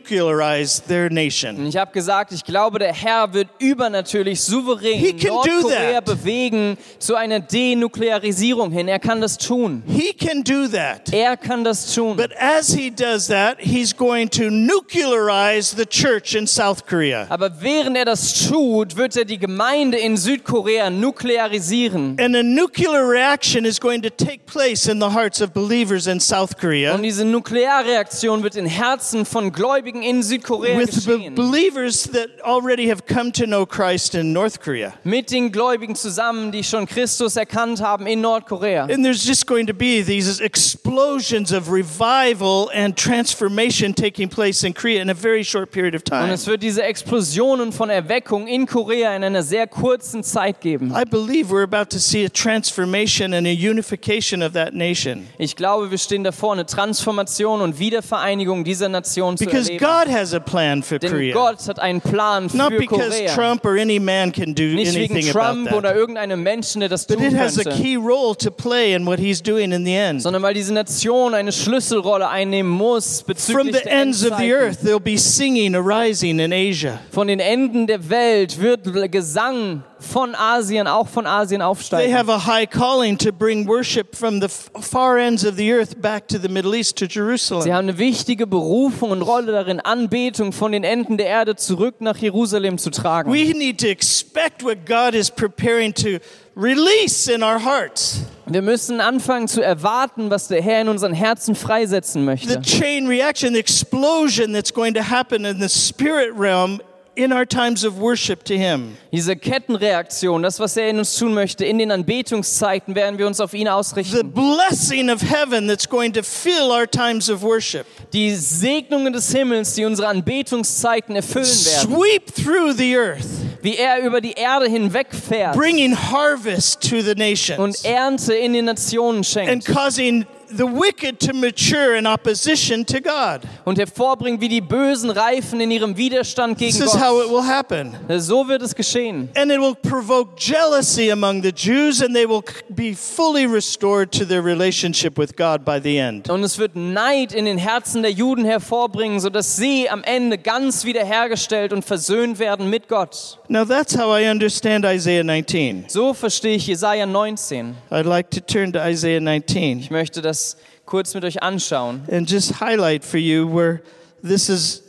Speaker 2: denuclearize their
Speaker 3: Und
Speaker 2: nation.
Speaker 3: ich habe gesagt, ich glaube, der Herr wird übernatürlich
Speaker 2: He
Speaker 3: souverän
Speaker 2: can do
Speaker 3: Nordkorea
Speaker 2: that.
Speaker 3: bewegen zu einer Denuklearisierung hin. Er kann das tun.
Speaker 2: He can do that.
Speaker 3: Er kann das tun.
Speaker 2: But as he does that, he's going to nuclearize the church in South Korea.
Speaker 3: Aber während er das tut, wird er die Gemeinde in Südkorea nuklearisieren.
Speaker 2: And a nuclear reaction is going to take place in the hearts of believers in South
Speaker 3: Und
Speaker 2: Korea
Speaker 3: diese Nuklearreaktion wird in Herzen von Gläubigen in Südkorea
Speaker 2: with be-
Speaker 3: geschehen.
Speaker 2: believers that already have come to know Christ in North Korea.
Speaker 3: Mit den Gläubigen zusammen, die schon Christus erkannt haben in Nordkorea.
Speaker 2: And there's just going to be these explosions of revival and transformation taking place in Korea in a very short period of
Speaker 3: Und
Speaker 2: time.
Speaker 3: es wird diese Explosionen von Erweckung in Korea in einer sehr kurzen Zeit geben.
Speaker 2: I believe we're about to see a transformation and a unification of that nation.
Speaker 3: Ich glaube, wir stehen davor, eine Transformation und Wiedervereinigung dieser Nation zu
Speaker 2: Because
Speaker 3: erleben.
Speaker 2: God has a plan for
Speaker 3: Denn
Speaker 2: Korea.
Speaker 3: Gott hat einen Plan für
Speaker 2: Not because
Speaker 3: Korea.
Speaker 2: Trump or any man can do
Speaker 3: Nicht wegen
Speaker 2: anything
Speaker 3: Trump
Speaker 2: about
Speaker 3: oder
Speaker 2: that.
Speaker 3: irgendeinem Menschen, der das
Speaker 2: But
Speaker 3: tun
Speaker 2: it has a
Speaker 3: könnte,
Speaker 2: key role to play in what he's doing in the end.
Speaker 3: sondern weil diese Nation eine Schlüsselrolle einnehmen muss
Speaker 2: From
Speaker 3: bezüglich
Speaker 2: the
Speaker 3: der
Speaker 2: ends of the
Speaker 3: Endzeiten.
Speaker 2: earth, there'll be singing arising in Asia.
Speaker 3: Von den Enden der Welt wird Gesang von Asien, auch von Asien
Speaker 2: They
Speaker 3: aufsteigen.
Speaker 2: have a high calling to bring worship from the f- far ends of the earth back to the Middle East, to
Speaker 3: Sie
Speaker 2: Jerusalem.
Speaker 3: haben eine wichtige Berufung und Rolle darin, Anbetung von den Enden der Erde zurück nach Jerusalem zu tragen.
Speaker 2: We need to expect what God is preparing to release in our hearts.
Speaker 3: Wir müssen anfangen zu erwarten, was der Herr in unseren Herzen freisetzen
Speaker 2: The
Speaker 3: möchte.
Speaker 2: chain reaction, the explosion that's going to happen in the spirit realm in our times of worship to Him.
Speaker 3: Diese Kettenreaktion, das, was er in uns tun möchte, in den Anbetungszeiten werden wir uns auf ihn
Speaker 2: The
Speaker 3: ausrichten.
Speaker 2: blessing of heaven that's going to fill our times of worship.
Speaker 3: Die Segnungen des Himmels, die unsere Anbetungszeiten erfüllen werden,
Speaker 2: Sweep through the earth,
Speaker 3: wie er über die Erde hinwegfährt
Speaker 2: bringing harvest to the
Speaker 3: und
Speaker 2: nations.
Speaker 3: Ernte in den Nationen
Speaker 2: and
Speaker 3: schenkt
Speaker 2: causing the wicked to mature in opposition to God.
Speaker 3: und hervorbringt, wie die Bösen reifen in ihrem Widerstand gegen
Speaker 2: This is how it
Speaker 3: Gott. Äh,
Speaker 2: will happen.
Speaker 3: So wird es geschehen.
Speaker 2: And it will provoke jealousy among the Jews, and they will c- be fully restored to their relationship with God by the end.
Speaker 3: Und es wird Neid in den Herzen der Juden hervorbringen, sodass sie am Ende ganz wiederhergestellt und versöhnt werden mit Gott.
Speaker 2: Now, that's how I understand Isaiah 19.
Speaker 3: So verstehe ich Jesaja 19.
Speaker 2: I'd like to turn to Isaiah 19
Speaker 3: Ich möchte das kurz mit euch anschauen.
Speaker 2: and just highlight for you where this is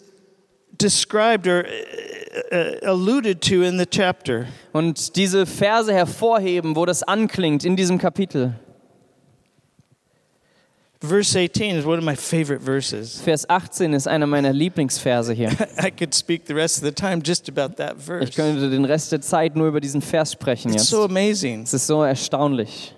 Speaker 2: described or uh, uh, alluded to in the chapter.
Speaker 3: Und diese Verse hervorheben, wo das anklingt in diesem Kapitel.
Speaker 2: Verse 18 is one of my favorite verses. (laughs)
Speaker 3: Vers 18 ist einer meiner Lieblingsverse hier.
Speaker 2: I could speak the rest of the time just about that verse.
Speaker 3: Ich könnte den Rest der Zeit nur über diesen Vers sprechen
Speaker 2: It's
Speaker 3: jetzt.
Speaker 2: so amazing.
Speaker 3: Es ist so erstaunlich.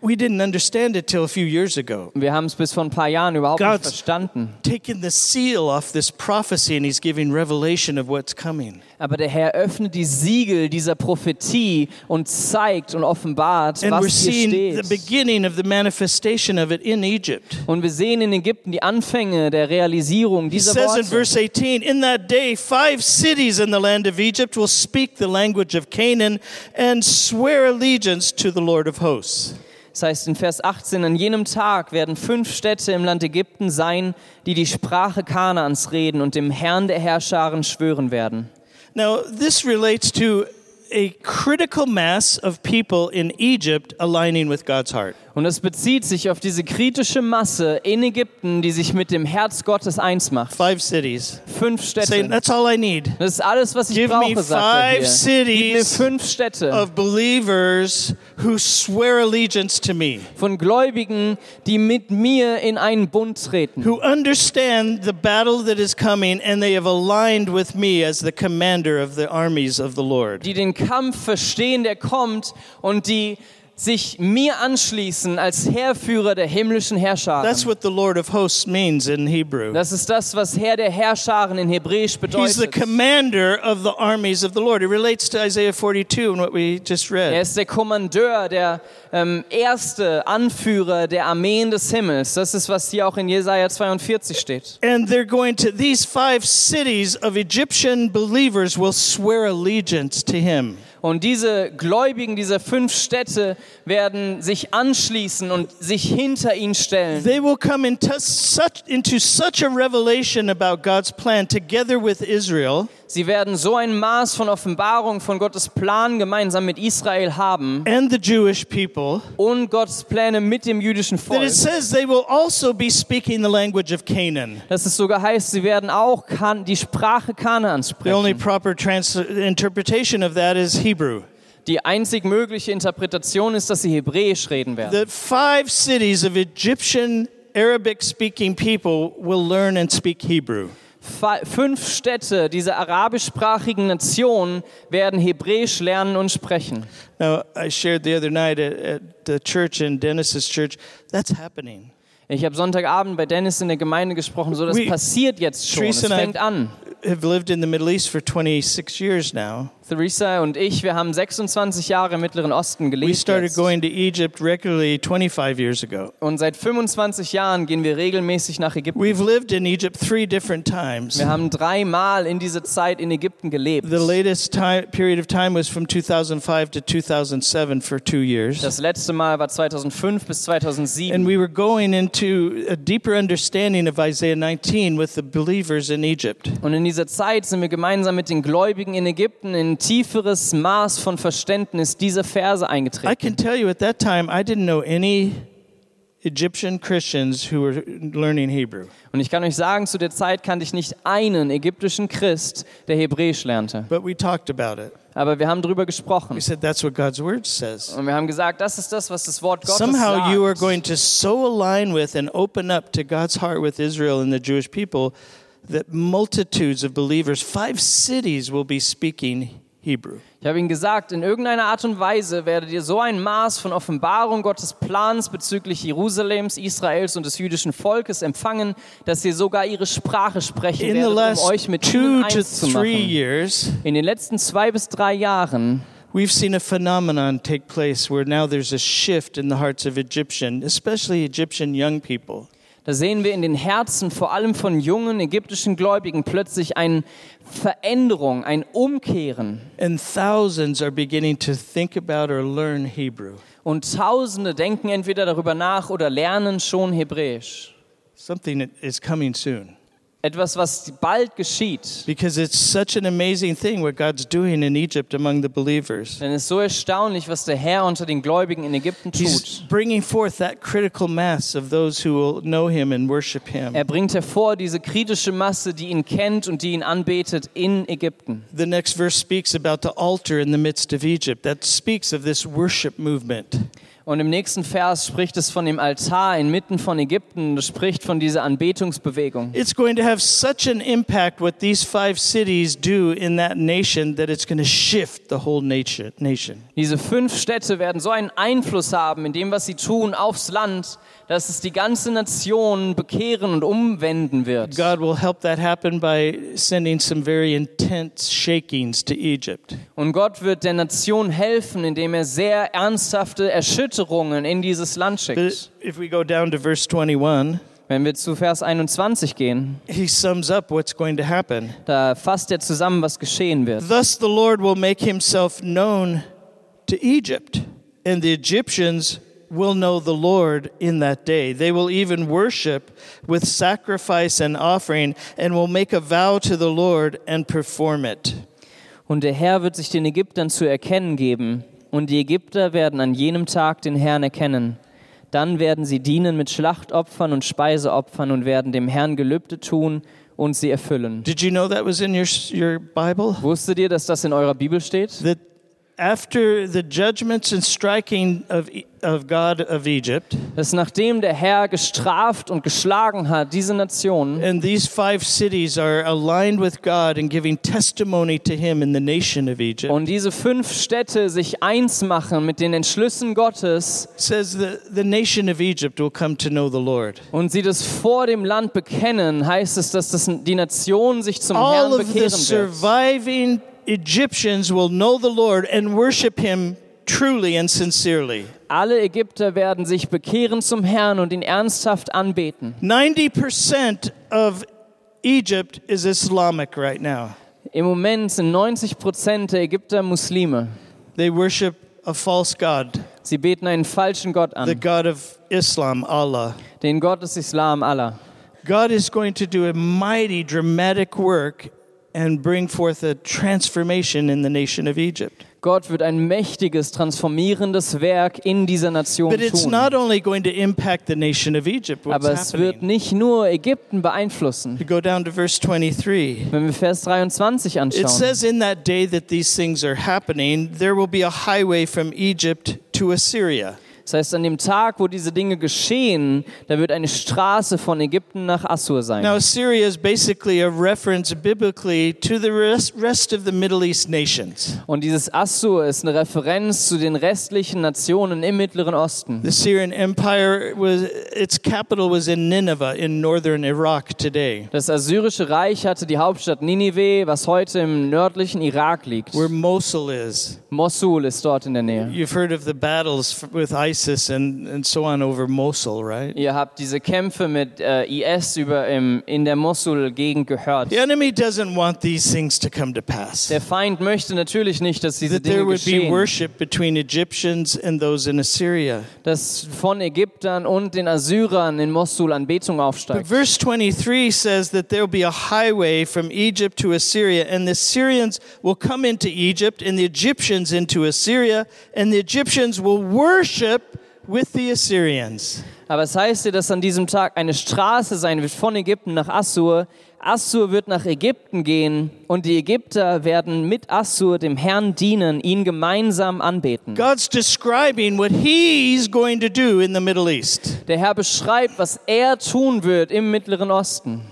Speaker 2: We didn't understand it till a few years ago.
Speaker 3: Wir haben es bis vor ein paar Jahren überhaupt nicht
Speaker 2: God's-
Speaker 3: verstanden.
Speaker 2: Taking the seal off this prophecy and he's giving revelation of what's coming.
Speaker 3: Aber der Herr öffnet die Siegel dieser Prophetie und zeigt und offenbart,
Speaker 2: And we're
Speaker 3: was hier
Speaker 2: seeing the
Speaker 3: steht.
Speaker 2: beginning of the manifestation of it in Egypt.
Speaker 3: Und wir sehen in Ägypten die Anfänge der Realisierung
Speaker 2: He
Speaker 3: dieser
Speaker 2: says in
Speaker 3: Worte.
Speaker 2: verse 18, In that day, five cities in the land of Egypt will speak the language of Canaan and swear allegiance to the Lord of hosts.
Speaker 3: Das heißt in Vers 18, an jenem Tag werden fünf Städte im Land Ägypten sein, die die Sprache Kanaans reden und dem Herrn der Herrscharen schwören werden.
Speaker 2: Now, this relates to a critical mass of people in Egypt aligning with God's heart.
Speaker 3: Und es bezieht sich auf diese kritische Masse in Ägypten, die sich mit dem Herz Gottes eins macht.
Speaker 2: Five cities.
Speaker 3: Fünf
Speaker 2: Saying,
Speaker 3: Städte.
Speaker 2: that's all I need
Speaker 3: Das ist alles, was ich
Speaker 2: Give me
Speaker 3: brauche, sagt er
Speaker 2: five
Speaker 3: hier. Gib mir
Speaker 2: cities
Speaker 3: fünf Städte
Speaker 2: of believers who swear allegiance to me,
Speaker 3: von Gläubigen, die mit mir in einen Bund treten,
Speaker 2: who understand the battle that is coming, and they have aligned with me as the commander of the armies of the Lord.
Speaker 3: die den Kampf verstehen, der kommt und die sich mir anschließen als Heerführer der himmlischen Herrscher.
Speaker 2: That's what the Lord of hosts means in Hebrew.
Speaker 3: Das ist das, was Herr der Herrscharen in Hebräisch
Speaker 2: He's the
Speaker 3: bedeutet.
Speaker 2: commander of the armies of the Lord. It relates to Isaiah 42 and what we just
Speaker 3: Er
Speaker 2: read.
Speaker 3: ist der Kommandeur, der ähm, erste Anführer der Armeen des Himmels. Das ist, was hier auch in Jesaja 42 steht.
Speaker 2: And they're going to, these five cities of Egyptian believers will swear allegiance to him.
Speaker 3: Und diese Gläubigen dieser fünf Städte werden sich anschließen und sich hinter ihn stellen.
Speaker 2: They will come into such, into such a revelation about God's plan together with Israel,
Speaker 3: Sie werden so ein Maß von Offenbarung von Gottes Plan gemeinsam mit Israel haben
Speaker 2: and the Jewish people
Speaker 3: und Gottes Pläne mit dem jüdischen
Speaker 2: that
Speaker 3: Volk.
Speaker 2: it says they will also be speaking the language of Canaan.
Speaker 3: Dass es sogar heißt, sie werden auch kan die Sprache Kanaans
Speaker 2: The only
Speaker 3: sprechen.
Speaker 2: proper trans- interpretation of that is Hebrew.
Speaker 3: Die einzig mögliche Interpretation ist, dass sie Hebräisch reden werden.
Speaker 2: The five cities of Egyptian Arabic speaking people will learn and speak Hebrew.
Speaker 3: Fa- fünf Städte dieser arabischsprachigen Nation werden Hebräisch lernen und sprechen.
Speaker 2: Now, I shared the other night at, at the church in Dennis's church, that's happening.
Speaker 3: Ich habe Sonntagabend bei Dennis in der Gemeinde gesprochen, so das
Speaker 2: We-
Speaker 3: passiert jetzt schon. Es
Speaker 2: Teresa and I-
Speaker 3: fängt an.
Speaker 2: Have lived in the Middle East for 26 years now.
Speaker 3: Theresa und ich, wir haben 26 Jahre im Mittleren Osten
Speaker 2: We
Speaker 3: gelebt
Speaker 2: started
Speaker 3: jetzt.
Speaker 2: going to Egypt regularly 25 years ago.
Speaker 3: und seit 25 Jahren gehen wir regelmäßig nach Ägypten.
Speaker 2: We've lived in Egypt three different times.
Speaker 3: Wir haben dreimal in dieser Zeit in Ägypten gelebt.
Speaker 2: The latest time, period of time was from 2005 to 2007 for two years.
Speaker 3: Das letzte Mal war 2005 bis
Speaker 2: And
Speaker 3: 2007
Speaker 2: we were going into a deeper understanding of Isaiah 19 with the believers in Egypt.
Speaker 3: und in dieser Zeit sind wir gemeinsam mit den Gläubigen in Ägypten in ein tieferes Maß von Verständnis dieser Verse eingetreten.
Speaker 2: I can tell you at that time, I didn't know any Egyptian Christians who were learning Hebrew.
Speaker 3: Und ich kann euch sagen, zu der Zeit kannte ich nicht einen ägyptischen Christ, der Hebräisch lernte.
Speaker 2: But we talked about it.
Speaker 3: Aber wir haben darüber
Speaker 2: We
Speaker 3: gesprochen.
Speaker 2: said, that's what God's word says.
Speaker 3: Und wir haben gesagt, das ist das, was das Wort Gottes
Speaker 2: Somehow
Speaker 3: sagt.
Speaker 2: you are going to so align with and open up to God's heart with Israel and the Jewish people that multitudes of believers, five cities, will be speaking Hebrew.
Speaker 3: ich habe ihnen gesagt, in irgendeiner Art und Weise werdet ihr so ein Maß von Offenbarung Gottes Plans bezüglich Jerusalems, Israels und des jüdischen Volkes empfangen, dass ihr sogar ihre Sprache sprechen
Speaker 2: In the
Speaker 3: werdet,
Speaker 2: last
Speaker 3: um euch mit
Speaker 2: two
Speaker 3: ihnen
Speaker 2: to
Speaker 3: eins zu
Speaker 2: three
Speaker 3: machen.
Speaker 2: years,
Speaker 3: In den letzten zwei bis drei Jahren
Speaker 2: We've seen a phenomenon take place where now there's a shift in the hearts of Egyptian, especially Egyptian young people.
Speaker 3: Da sehen wir in den Herzen vor allem von jungen ägyptischen Gläubigen plötzlich eine Veränderung, ein Umkehren.
Speaker 2: And thousands are beginning to think about or learn Hebrew.
Speaker 3: Und Tausende denken entweder darüber nach oder lernen schon Hebräisch.
Speaker 2: Something that is coming soon.
Speaker 3: Etwas, was bald geschieht.
Speaker 2: Because it's such an amazing thing what God's doing in Egypt among the believers.
Speaker 3: Denn es ist so erstaunlich, was der Herr unter den Gläubigen in Ägypten
Speaker 2: He's
Speaker 3: tut.
Speaker 2: bringing forth that critical mass of those who will know Him and worship Him.
Speaker 3: Er bringt hervor diese kritische Masse, die ihn kennt und die ihn anbetet in Ägypten.
Speaker 2: The next verse speaks about the altar in the midst of Egypt. That speaks of this worship movement.
Speaker 3: Und im nächsten Vers spricht es von dem Altar inmitten von Ägypten und es spricht von dieser Anbetungsbewegung.
Speaker 2: It's going to have such an impact what these five cities do in that nation that it's going to shift the whole nation. nation.
Speaker 3: Diese fünf Städte werden so einen Einfluss haben in dem, was sie tun, aufs Land, dass es die ganze Nation bekehren und umwenden wird.
Speaker 2: God will help that happen by sending some very intense shakings to Egypt.
Speaker 3: Und Gott wird der Nation helfen, indem er sehr ernsthafte Erschütterungen in dieses Land
Speaker 2: But
Speaker 3: schickt.
Speaker 2: if we go down to verse 21,
Speaker 3: Wenn wir zu Vers 21 gehen,
Speaker 2: he sums up what's going to happen.
Speaker 3: da fasst er zusammen, was geschehen wird.
Speaker 2: Thus the Lord will make himself known to Egypt, and the Egyptians will know the Lord in that day. They will even worship with sacrifice and offering, and will make a vow to the Lord and perform it.
Speaker 3: Und der Herr wird sich den Ägyptern zu erkennen geben, und die Ägypter werden an jenem Tag den Herrn erkennen, Dann werden sie dienen mit Schlachtopfern und Speiseopfern und werden dem Herrn Gelübde tun und sie erfüllen.
Speaker 2: Did you know that was in your, your Bible?
Speaker 3: Wusstet ihr, dass das in eurer Bibel steht?
Speaker 2: That after the judgments and striking of, E- of God of Egypt,
Speaker 3: Dass nachdem der Herr gestraft und geschlagen hat, diese Nation,
Speaker 2: and these five cities are aligned with God and giving testimony to Him in the nation of Egypt,
Speaker 3: Und diese fünf Städte sich eins machen mit den Entschlüssen Gottes
Speaker 2: says the, the nation of Egypt will come to know the Lord.
Speaker 3: und sie das vor dem Land bekennen, heißt es, dass das die Nation sich zum
Speaker 2: All
Speaker 3: Herrn
Speaker 2: of the
Speaker 3: bekehren wird.
Speaker 2: surviving Egyptians will know the Lord and worship Him truly and sincerely.
Speaker 3: Alle Ägypter werden sich bekehren zum Herrn und ihn ernsthaft anbeten.
Speaker 2: 90% of Egypt is Islamic right now.
Speaker 3: Im Moment sind 90 Prozent der Ägypter Muslime.
Speaker 2: They worship a false God,
Speaker 3: Sie beten einen falschen Gott
Speaker 2: the
Speaker 3: an,
Speaker 2: God of Islam, Allah.
Speaker 3: den Gott des Islam Allah.
Speaker 2: God is going to do a mighty, dramatic work and bring forth a transformation in the nation of Egypt.
Speaker 3: Gott wird ein mächtiges, transformierendes Werk in dieser Nation
Speaker 2: But it's
Speaker 3: tun.
Speaker 2: not only going to impact the nation of Egypt, what's
Speaker 3: Aber es wird
Speaker 2: happening.
Speaker 3: nicht nur Ägypten beeinflussen.
Speaker 2: You go down to verse 23.
Speaker 3: Wenn wir Vers 23
Speaker 2: It
Speaker 3: anschauen,
Speaker 2: says, In that day that these things are happening, there will be a highway from Egypt to Assyria.
Speaker 3: das heißt, an dem Tag, wo diese Dinge geschehen, da wird eine Straße von Ägypten nach Assur
Speaker 2: Now,
Speaker 3: sein.
Speaker 2: Assyria is basically a reference biblically to the res- rest of the Middle East nations.
Speaker 3: Und dieses Assur ist eine Referenz zu den restlichen Nationen im Mittleren Osten.
Speaker 2: The Syrian Empire was its capital was in Nineveh in northern Iraq today,
Speaker 3: Das Assyrische Reich hatte die Hauptstadt Ninive, was heute im nördlichen Irak liegt.
Speaker 2: where Mosul is.
Speaker 3: Mosul ist dort in der Nähe.
Speaker 2: You've heard of the battles f- with ISIS and, and so on over Mosul, right?
Speaker 3: Ihr habt diese Kämpfe mit äh, IS über im, in der Mosul-Gegend gehört.
Speaker 2: The enemy doesn't want these things to come to pass.
Speaker 3: Der Feind möchte natürlich nicht, dass diese
Speaker 2: That there
Speaker 3: Dinge
Speaker 2: would be
Speaker 3: geschehen.
Speaker 2: worship between Egyptians and those in Assyria.
Speaker 3: dass von Ägyptern und den Assyrern in Mosul Anbetung
Speaker 2: But
Speaker 3: aufsteigt.
Speaker 2: verse 23 says that there will be a highway from Egypt to Assyria, and the Syrians will come into Egypt, and the Egyptians into Assyria, and the Egyptians will worship with the Assyrians.
Speaker 3: Aber es heißt dir, dass an diesem Tag eine Straße sein wird von Ägypten nach Assur. Assur wird nach Ägypten gehen und die Ägypter werden mit Assur dem Herrn dienen, ihn gemeinsam anbeten.
Speaker 2: God's describing what He's going to do in the Middle East.
Speaker 3: Der Herr beschreibt, was er tun wird im Mittleren Osten.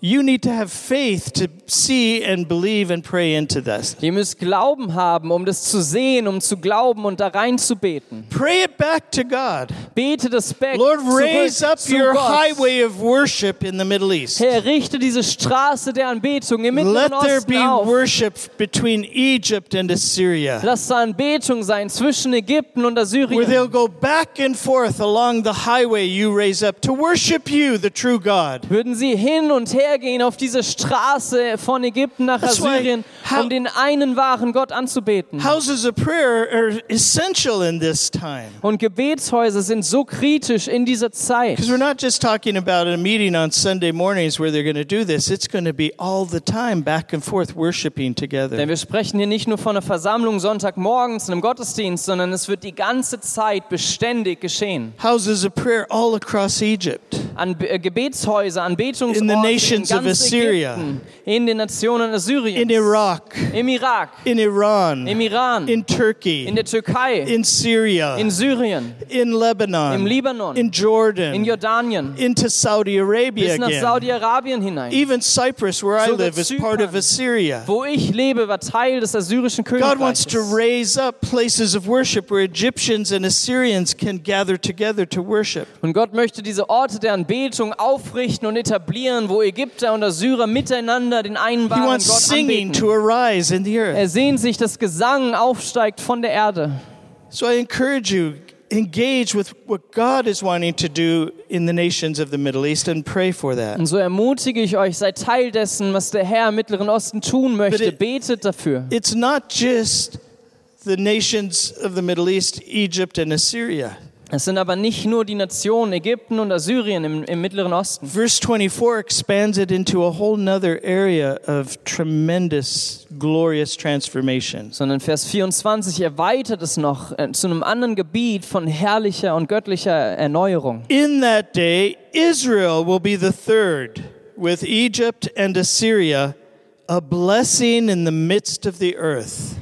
Speaker 2: You need to have faith to see and believe and pray into this.
Speaker 3: Ihr müsst Glauben haben, um das zu sehen, um zu glauben und da reinzubeten.
Speaker 2: Pray it back to God.
Speaker 3: Betet es back
Speaker 2: Lord,
Speaker 3: zurück
Speaker 2: raise up
Speaker 3: zu
Speaker 2: your
Speaker 3: Gott.
Speaker 2: highway of worship in the Middle East.
Speaker 3: Herr, richte diese Straße der Anbetung im
Speaker 2: Let
Speaker 3: Mittleren
Speaker 2: there
Speaker 3: Osten
Speaker 2: be
Speaker 3: auf.
Speaker 2: worship between Egypt and Assyria,
Speaker 3: Lass da Anbetung sein zwischen Ägypten und
Speaker 2: where they'll
Speaker 3: Assyrien.
Speaker 2: go back and forth along the highway you raise up to worship you, the true God.
Speaker 3: Würden sie hin und her gehen auf diese Straße von Ägypten nach
Speaker 2: That's why-
Speaker 3: Assyrien,
Speaker 2: how-
Speaker 3: um den einen wahren Gott anzubeten.
Speaker 2: Houses of prayer are essential in this time.
Speaker 3: Und Gebetshäuser sind so kritisch in dieser Zeit.
Speaker 2: Because we're not just talking about a meeting on Sunday mornings where they're going to do this. It's going to be all the time back and forth worshiping
Speaker 3: Denn
Speaker 2: together.
Speaker 3: wir sprechen hier nicht nur von einer Versammlung Sonntagmorgens, einem Gottesdienst, sondern es wird die ganze Zeit beständig geschehen.
Speaker 2: Houses of prayer all across Egypt.
Speaker 3: An äh, Gebetshäuser, Anbetungsorte
Speaker 2: In the nations
Speaker 3: in
Speaker 2: of
Speaker 3: ganz
Speaker 2: Assyria.
Speaker 3: Ägypten, in den Nationen Assyriens.
Speaker 2: In Iraq,
Speaker 3: Im Irak,
Speaker 2: in
Speaker 3: im
Speaker 2: Iran,
Speaker 3: Iran,
Speaker 2: in
Speaker 3: in
Speaker 2: Turkey,
Speaker 3: der Türkei,
Speaker 2: in Syria,
Speaker 3: in Syrien,
Speaker 2: in
Speaker 3: im
Speaker 2: Lebanon,
Speaker 3: Libanon,
Speaker 2: in
Speaker 3: in
Speaker 2: Jordan,
Speaker 3: Jordanien,
Speaker 2: into Saudi Arabia
Speaker 3: bis nach
Speaker 2: again.
Speaker 3: Saudi-Arabien hinein.
Speaker 2: Even Cyprus, where I
Speaker 3: Sogar
Speaker 2: live, is part of
Speaker 3: Zypern.
Speaker 2: Assyria.
Speaker 3: Wo ich lebe, war Teil des assyrischen
Speaker 2: God wants
Speaker 3: Königreiches.
Speaker 2: to raise up places of worship where Egyptians and Assyrians can gather together to worship.
Speaker 3: Und Gott möchte diese Orte der Anbetung aufrichten und etablieren, wo Ägypter und Assyrer miteinander den einen
Speaker 2: He
Speaker 3: wahren
Speaker 2: wants
Speaker 3: Gott
Speaker 2: singing to
Speaker 3: anbeten.
Speaker 2: arise in the
Speaker 3: Er
Speaker 2: earth.
Speaker 3: sehnt sich, dass Gesang aufsteigt von der Erde.
Speaker 2: So I encourage you, engage with what God is wanting to do in the nations of the Middle East and pray for that.
Speaker 3: Und so ermutige ich euch, seid Teil dessen, was der Herr im Mittleren Osten tun möchte.
Speaker 2: it-
Speaker 3: Betet dafür.
Speaker 2: It's not just the nations of the Middle East, Egypt and Assyria.
Speaker 3: Es sind aber nicht nur die Nationen Ägypten und Assyrien im, im Mittleren Osten.
Speaker 2: Verse 24 expands it into a whole nother area of tremendous, glorious transformation.
Speaker 3: sondern Vers 24 erweitert es noch äh, zu einem anderen Gebiet von herrlicher und göttlicher Erneuerung.
Speaker 2: In that day, Israel will be the third, with Egypt and Assyria, a blessing in the midst of the earth.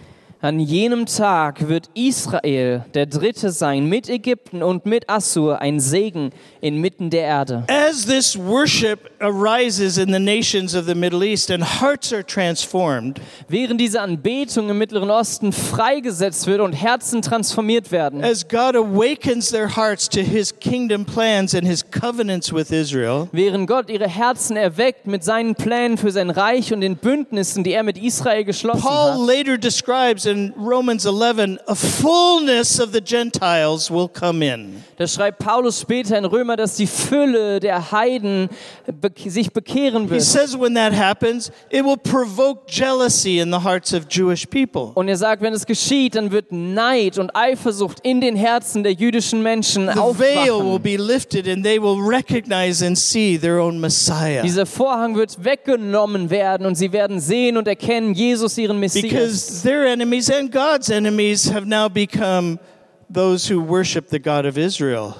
Speaker 3: An jenem Tag wird Israel der Dritte sein, mit Ägypten und mit Assur, ein Segen inmitten der Erde.
Speaker 2: As this worship arises in the nations of the Middle East and hearts are transformed,
Speaker 3: Während diese Anbetung im Mittleren Osten freigesetzt wird und Herzen transformiert werden,
Speaker 2: as God awakens their hearts to his kingdom plans and his covenants with Israel,
Speaker 3: während Gott ihre Herzen erweckt mit seinen Plänen für sein Reich und den Bündnissen, die er mit Israel geschlossen
Speaker 2: Paul
Speaker 3: hat.
Speaker 2: later describes in Romans 11 a fullness of the Gentiles will come in.
Speaker 3: Da schreibt Paulus später in Römer, dass die Fülle der Heiden be sich bekehren
Speaker 2: He
Speaker 3: wird.
Speaker 2: says when that happens, it will provoke jealousy in the hearts of Jewish people.
Speaker 3: Und er sagt, wenn es geschieht, dann wird Neid und Eifersucht in den Herzen der jüdischen Menschen
Speaker 2: The veil will
Speaker 3: aufwachen.
Speaker 2: be lifted and they will recognize and see their own Messiah.
Speaker 3: Dieser Vorhang wird weggenommen werden und sie werden sehen und erkennen, Jesus ihren Messias.
Speaker 2: Because their enemies and God's enemies have now become those who worship the God of Israel.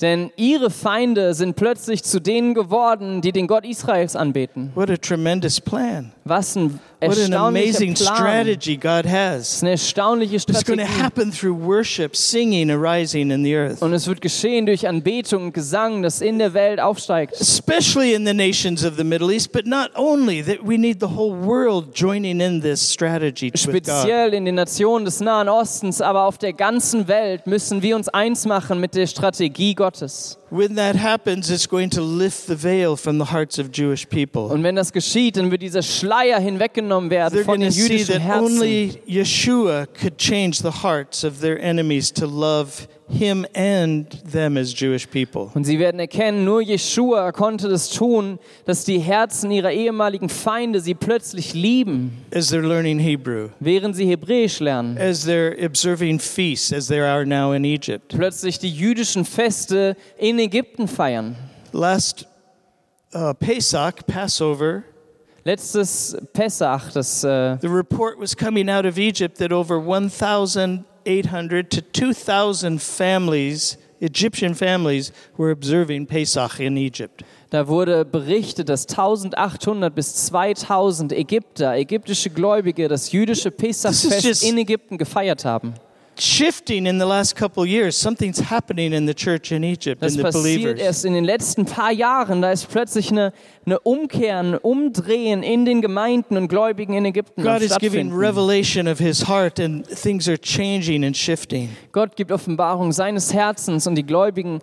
Speaker 3: Denn ihre Feinde sind plötzlich zu denen geworden, die den Gott Israels anbeten.
Speaker 2: What a tremendous plan.
Speaker 3: Was ein
Speaker 2: What an
Speaker 3: erstaunlicher
Speaker 2: amazing
Speaker 3: Plan. Das
Speaker 2: strategy God has.
Speaker 3: ist eine erstaunliche
Speaker 2: It's going
Speaker 3: Strategie.
Speaker 2: to happen through worship, singing, arising in the earth.
Speaker 3: Und es wird geschehen durch Anbetung und Gesang, das in der Welt aufsteigt.
Speaker 2: Especially in the nations of the Middle East, but not only that we need the whole world joining in this strategy with God.
Speaker 3: Speziell in den Nationen des Nahen Ostens, aber auf der ganzen Welt müssen wir uns eins machen mit der Strategie Gottes.
Speaker 2: When that happens, it's going to lift the veil from the hearts of Jewish people.
Speaker 3: Und wenn das geschieht, dann wird dieser Schleier hinweggenommen werden
Speaker 2: They're
Speaker 3: von
Speaker 2: going
Speaker 3: den
Speaker 2: to see
Speaker 3: jüdischen
Speaker 2: that
Speaker 3: Herzen.
Speaker 2: only Yeshua could change the hearts of their enemies to love him and them as Jewish people.
Speaker 3: Und sie werden erkennen, nur Jeshua konnte das tun, dass die Herzen ihrer ehemaligen Feinde sie plötzlich lieben,
Speaker 2: As they're learning Hebrew,
Speaker 3: während sie Hebräisch lernen.
Speaker 2: as they're observing feasts, as they are now in Egypt.
Speaker 3: Plötzlich die jüdischen Feste in Ägypten feiern.
Speaker 2: Last uh, Pesach, Passover,
Speaker 3: Letztes Pessach, das äh,
Speaker 2: The report was coming out of Egypt that over 1,800 to 2,000 families, Egyptian families, were observing Pesach in Egypt.
Speaker 3: Da wurde berichtet, dass 1800 bis 2000 Ägypter, ägyptische Gläubige, das jüdische
Speaker 2: This is
Speaker 3: Pesachfest
Speaker 2: just-
Speaker 3: in Ägypten gefeiert haben.
Speaker 2: Shifting in the last couple years, something's happening in the church in Egypt
Speaker 3: Das
Speaker 2: and the
Speaker 3: passiert
Speaker 2: believers.
Speaker 3: erst in den letzten paar Jahren. Da ist plötzlich eine, eine Umkehr, ein Umdrehen in den Gemeinden und Gläubigen in Ägypten. am
Speaker 2: God is giving
Speaker 3: Stattfinden.
Speaker 2: revelation of his heart and things are changing and shifting.
Speaker 3: Gott gibt Offenbarung seines Herzens und die Gläubigen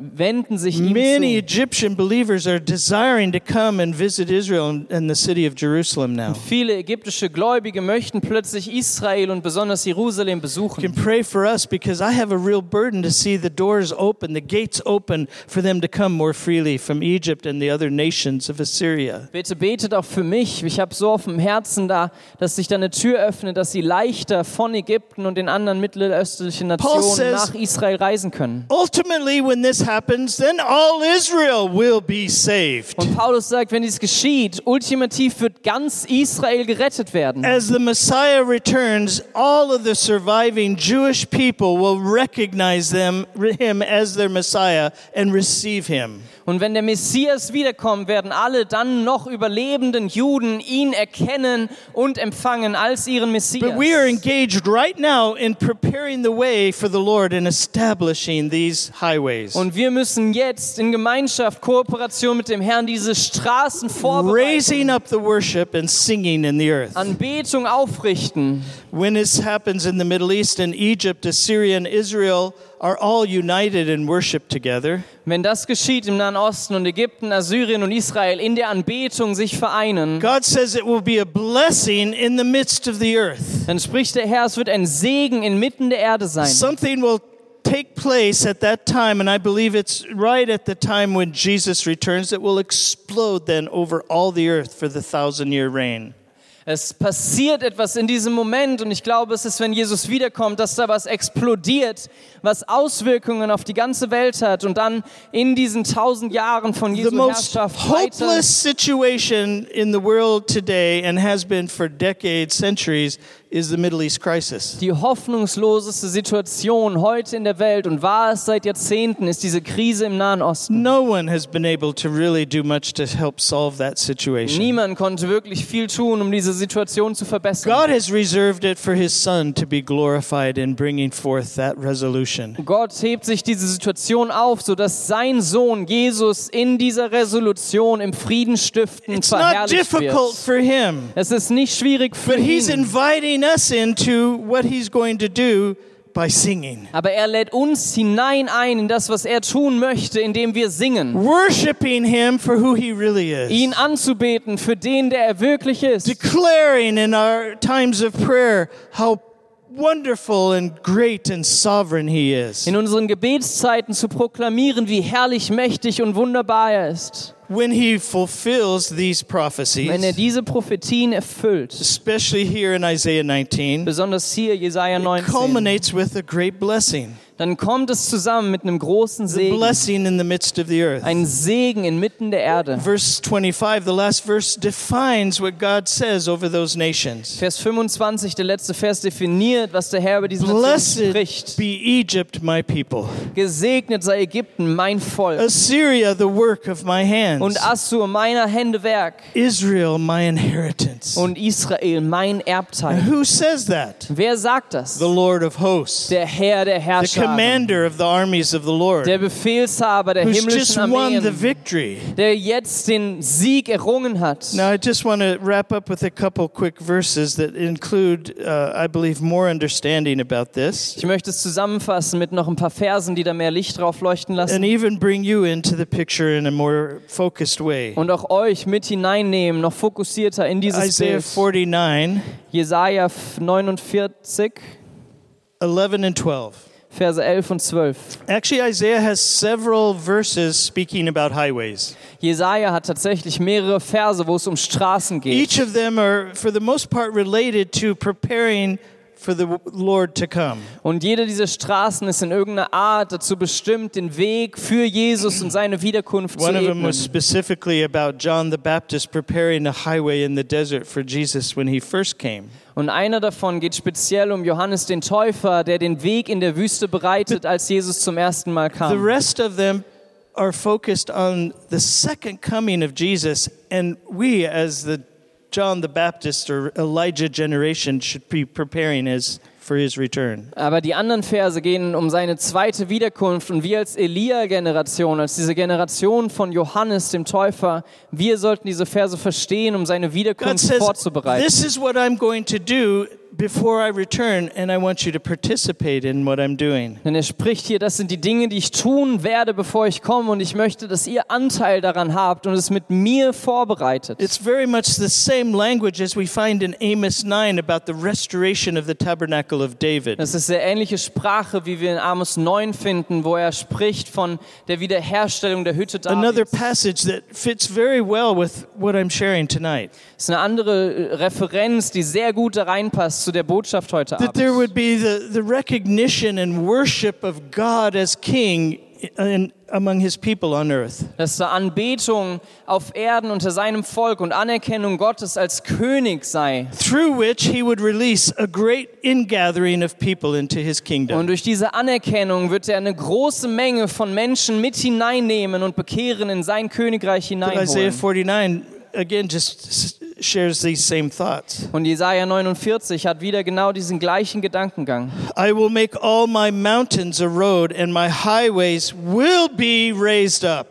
Speaker 3: wenden sich ihm
Speaker 2: Many
Speaker 3: zu.
Speaker 2: Egyptian believers are desiring to come and visit Israel and- and the city of Jerusalem now.
Speaker 3: Viele ägyptische Gläubige möchten plötzlich Israel und besonders Jerusalem besuchen.
Speaker 2: can pray for us because I have a real burden to see the doors open, the gates open for them to come more freely from Egypt and the other nations of Assyria.
Speaker 3: Bitte betet auch für mich. Ich habe so auf dem Herzen da, dass sich da eine Tür öffnet, dass sie leichter von Ägypten und den anderen mittelöstlichen
Speaker 2: Paul
Speaker 3: Nationen
Speaker 2: says-
Speaker 3: nach Israel reisen können.
Speaker 2: Ultimately, when this happens, then all Israel will be saved.
Speaker 3: Und Paulus sagt, wenn dies geschieht, ultimativ wird ganz Israel gerettet werden.
Speaker 2: As the Messiah returns, all of the surviving Jewish people will recognize them, him as their Messiah and receive him.
Speaker 3: Und wenn der Messias wiederkommt, werden alle dann noch überlebenden Juden ihn erkennen und empfangen als ihren Messias.
Speaker 2: But we are engaged right now in preparing the way for the Lord and establishing these highways.
Speaker 3: Und wir müssen jetzt in Gemeinschaft, Kooperation mit dem Herrn diese Straßen vorbereiten.
Speaker 2: raising up the worship and singing in the earth.
Speaker 3: Anbetung aufrichten.
Speaker 2: When this happens in the Middle East and Egypt, Assyria and Israel are all united in worship together.
Speaker 3: Wenn das geschieht im Nahen Osten und Ägypten, Assyrien und Israel in der Anbetung sich vereinen,
Speaker 2: God says it will be a blessing in the midst of the earth.
Speaker 3: dann spricht der Herr, es wird ein Segen inmitten der Erde sein.
Speaker 2: Something will take place at that time, and I believe it's right at the time when Jesus returns that will explode then over all the earth for the thousand year reign.
Speaker 3: Es passiert etwas in diesem Moment und ich glaube, es ist, wenn Jesus wiederkommt, dass da was explodiert, was Auswirkungen auf die ganze Welt hat und dann in diesen tausend Jahren von
Speaker 2: The
Speaker 3: Jesu
Speaker 2: most
Speaker 3: Herrschaft weiter
Speaker 2: hopeless situation in the world today and has been for decades, centuries, is the Middle East crisis.
Speaker 3: Die hoffnungsloseste Situation heute in der Welt und war es seit Jahrzehnten, ist diese Krise im Nahen Osten.
Speaker 2: No one has been able to really do much to help solve that situation.
Speaker 3: Niemand konnte wirklich viel tun, um diese Situation zu verbessern.
Speaker 2: God has reserved it for his son to be glorified in bringing forth that resolution.
Speaker 3: Gott hebt sich diese Situation auf, sodass sein Sohn Jesus in dieser Resolution im Frieden stiften
Speaker 2: It's not
Speaker 3: verherrlicht
Speaker 2: difficult
Speaker 3: wird.
Speaker 2: for him,
Speaker 3: Es ist nicht schwierig für
Speaker 2: but he's
Speaker 3: ihn,
Speaker 2: inviting us into what he's going to do by singing.
Speaker 3: aber er lädt uns hinein ein in das, was er tun möchte, indem wir singen.
Speaker 2: Worshipping him for who he really is.
Speaker 3: Ihn anzubeten für den, der er wirklich ist.
Speaker 2: declaring in our times of prayer how wonderful and great and sovereign he is.
Speaker 3: in unseren Gebetszeiten zu proklamieren, wie herrlich, mächtig und wunderbar er ist.
Speaker 2: When he fulfills these
Speaker 3: Wenn er
Speaker 2: prophecies,
Speaker 3: diese Prophetien erfüllt,
Speaker 2: especially here in Isaiah 19,
Speaker 3: besonders hier Jesaja
Speaker 2: it
Speaker 3: 19,
Speaker 2: culminates with a great blessing.
Speaker 3: dann kommt es zusammen mit einem großen
Speaker 2: The
Speaker 3: Segen,
Speaker 2: blessing in the midst of the earth.
Speaker 3: ein Segen inmitten der Erde.
Speaker 2: Verse 25, the last verse, defines what God says over those nations.
Speaker 3: Vers 25, der letzte Vers definiert, was der Herr über diesen Nationen
Speaker 2: Blessed
Speaker 3: spricht.
Speaker 2: be Egypt, my people.
Speaker 3: Gesegnet sei Ägypten, mein Volk,
Speaker 2: Assyria, the work of my hands.
Speaker 3: und Assur meiner Hände Werk
Speaker 2: Israel, my inheritance.
Speaker 3: und Israel mein Erbteil.
Speaker 2: Who says that?
Speaker 3: Wer sagt das?
Speaker 2: the Lord of hosts,
Speaker 3: Der Herr der
Speaker 2: the
Speaker 3: Herrscher,
Speaker 2: commander of the armies of the Lord,
Speaker 3: der Befehlshaber der
Speaker 2: who's just
Speaker 3: himmlischen
Speaker 2: won the
Speaker 3: Armeen.
Speaker 2: victory.
Speaker 3: der jetzt den Sieg errungen hat.
Speaker 2: Now, I just want to wrap up with a couple quick verses that include, uh, I believe, more understanding about this
Speaker 3: Ich möchte es zusammenfassen mit noch ein paar Versen, die da mehr Licht drauf leuchten
Speaker 2: and
Speaker 3: lassen
Speaker 2: even bring you into the picture in a more focused way.
Speaker 3: und auch euch mit hineinnehmen, noch fokussierter in dieses
Speaker 2: Isaiah
Speaker 3: Bild.
Speaker 2: 49,
Speaker 3: Jesaja 49,
Speaker 2: 11 and 12.
Speaker 3: Verse 11 und 12.
Speaker 2: Actually, Isaiah has several verses speaking about highways.
Speaker 3: Jesaja hat tatsächlich mehrere Verse, wo es um Straßen geht.
Speaker 2: Each of them are, for the most part, related to preparing for the Lord to come.
Speaker 3: Und jede dieser Straßen ist in irgendeiner Art dazu bestimmt, den Weg für Jesus und seine Wiederkunft zu
Speaker 2: One of them was
Speaker 3: ebnen.
Speaker 2: specifically about John the Baptist preparing a highway in the desert for Jesus when he first came.
Speaker 3: Und einer davon geht speziell um Johannes den Täufer, der den Weg in der Wüste bereitet, als Jesus zum ersten Mal
Speaker 2: The
Speaker 3: kam.
Speaker 2: rest of them are focused on the second coming of Jesus, and we, as the John the Baptist or Elijah generation, should be preparing as for his return.
Speaker 3: Aber die anderen Verse gehen um seine zweite Wiederkunft und wir als Elia-Generation, als diese Generation von Johannes dem Täufer, wir sollten diese Verse verstehen, um seine
Speaker 2: God
Speaker 3: Wiederkunft
Speaker 2: says,
Speaker 3: vorzubereiten.
Speaker 2: This is what I'm going to do before I return, and I want you to participate in what I'm doing.
Speaker 3: Denn er spricht hier, das sind die Dinge, die ich tun werde, bevor ich komme und ich möchte, dass ihr Anteil daran habt und es mit mir vorbereitet.
Speaker 2: It's very much the same language as we find in Amos 9 about the restoration of the tabernacle of David.
Speaker 3: Das ist sehr ähnliche Sprache, wie wir in Amos 9 finden, wo er spricht von der Wiederherstellung der Hütte
Speaker 2: Another
Speaker 3: Davids.
Speaker 2: passage that fits very well with what I'm sharing tonight.
Speaker 3: Das ist eine andere äh, Referenz, die sehr gut da reinpasst zu der Botschaft heute
Speaker 2: That there
Speaker 3: Abend.
Speaker 2: would be the, the recognition and worship of God as King in, among his people on earth.
Speaker 3: Dass da Anbetung auf Erden unter seinem Volk und Anerkennung Gottes als König sei.
Speaker 2: Through which he would release a great ingathering of people into his
Speaker 3: Und
Speaker 2: kingdom.
Speaker 3: durch diese Anerkennung wird er eine große Menge von Menschen mit hineinnehmen und bekehren in sein Königreich
Speaker 2: Isaiah
Speaker 3: hineinholen.
Speaker 2: 49 again just s- shares these same thoughts.
Speaker 3: Und Jesaja 49 hat wieder genau diesen gleichen Gedankengang.
Speaker 2: I will make all my mountains a road, and my highways will be raised up.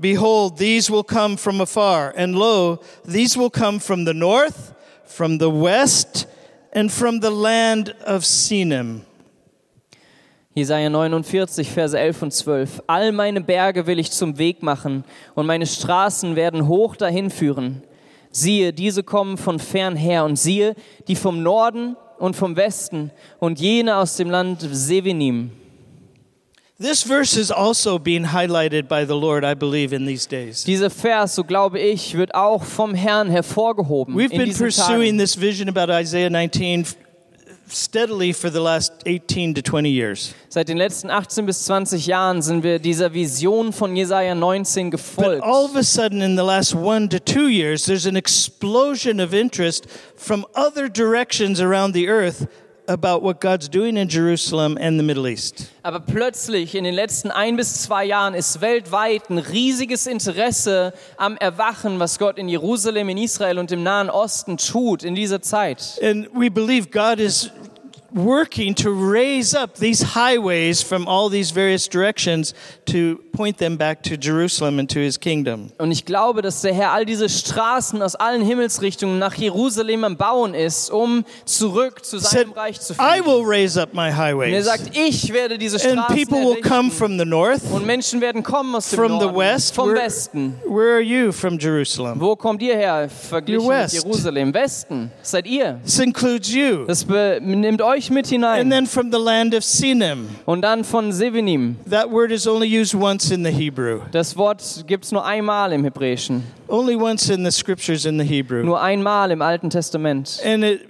Speaker 2: Behold, these will come from afar, and lo, these will come from the north, from the west, and from the land of Sinim.
Speaker 3: Jesaja 49, Verse 11 und 12. All meine Berge will ich zum Weg machen und meine Straßen werden hoch dahin führen. Siehe, diese kommen von fern her und siehe, die vom Norden und vom Westen und jene aus dem Land Sevenim.
Speaker 2: This verse is also being highlighted by the Lord, I believe, in these days.
Speaker 3: Dieser Vers, so glaube ich, wird auch vom Herrn hervorgehoben.
Speaker 2: We've
Speaker 3: in
Speaker 2: been
Speaker 3: diesen
Speaker 2: pursuing
Speaker 3: Tagen.
Speaker 2: this vision about Isaiah 19 f- steadily for the last 18 to 20 years.
Speaker 3: Seit den letzten 18 bis 20 Jahren sind wir dieser Vision von Jesaja
Speaker 2: But
Speaker 3: 19 gefolgt.
Speaker 2: all of a sudden, in the last one to two years, there's an explosion of interest from other directions around the earth about what God's doing in Jerusalem and the Middle East.
Speaker 3: Aber plötzlich in den letzten ein bis zwei Jahren ist weltweit ein riesiges Interesse am Erwachen, was Gott in Jerusalem, in Israel und im Nahen Osten tut in dieser Zeit.
Speaker 2: And we believe God is working to raise up these highways from all these various directions to point them back to Jerusalem and to his kingdom.
Speaker 3: Und ich glaube, dass der Herr all diese Straßen aus allen Himmelsrichtungen nach Jerusalem am Bauen ist, um zurück zu
Speaker 2: Said,
Speaker 3: seinem Reich zu
Speaker 2: I
Speaker 3: führen.
Speaker 2: will raise up my
Speaker 3: Und er
Speaker 2: highways.
Speaker 3: sagt, ich werde diese
Speaker 2: And
Speaker 3: Straßen
Speaker 2: people will come
Speaker 3: errichten.
Speaker 2: from the north,
Speaker 3: Und Menschen werden kommen aus dem
Speaker 2: from the
Speaker 3: Norden,
Speaker 2: west.
Speaker 3: vom
Speaker 2: Where,
Speaker 3: Westen.
Speaker 2: where are you from Jerusalem?
Speaker 3: Wo kommt ihr her verglichen
Speaker 2: You're
Speaker 3: mit
Speaker 2: west.
Speaker 3: Jerusalem? Westen. Seid ihr?
Speaker 2: This includes you.
Speaker 3: Das be- nimmt euch mit hinein.
Speaker 2: And then from the land of Sinim.
Speaker 3: Und dann von Sevenim.
Speaker 2: That word is only used once in the Hebrew.
Speaker 3: Das Wort gibt es nur einmal im Hebräischen.
Speaker 2: Only once in the scriptures in the Hebrew.
Speaker 3: Nur einmal im Alten Testament.
Speaker 2: And it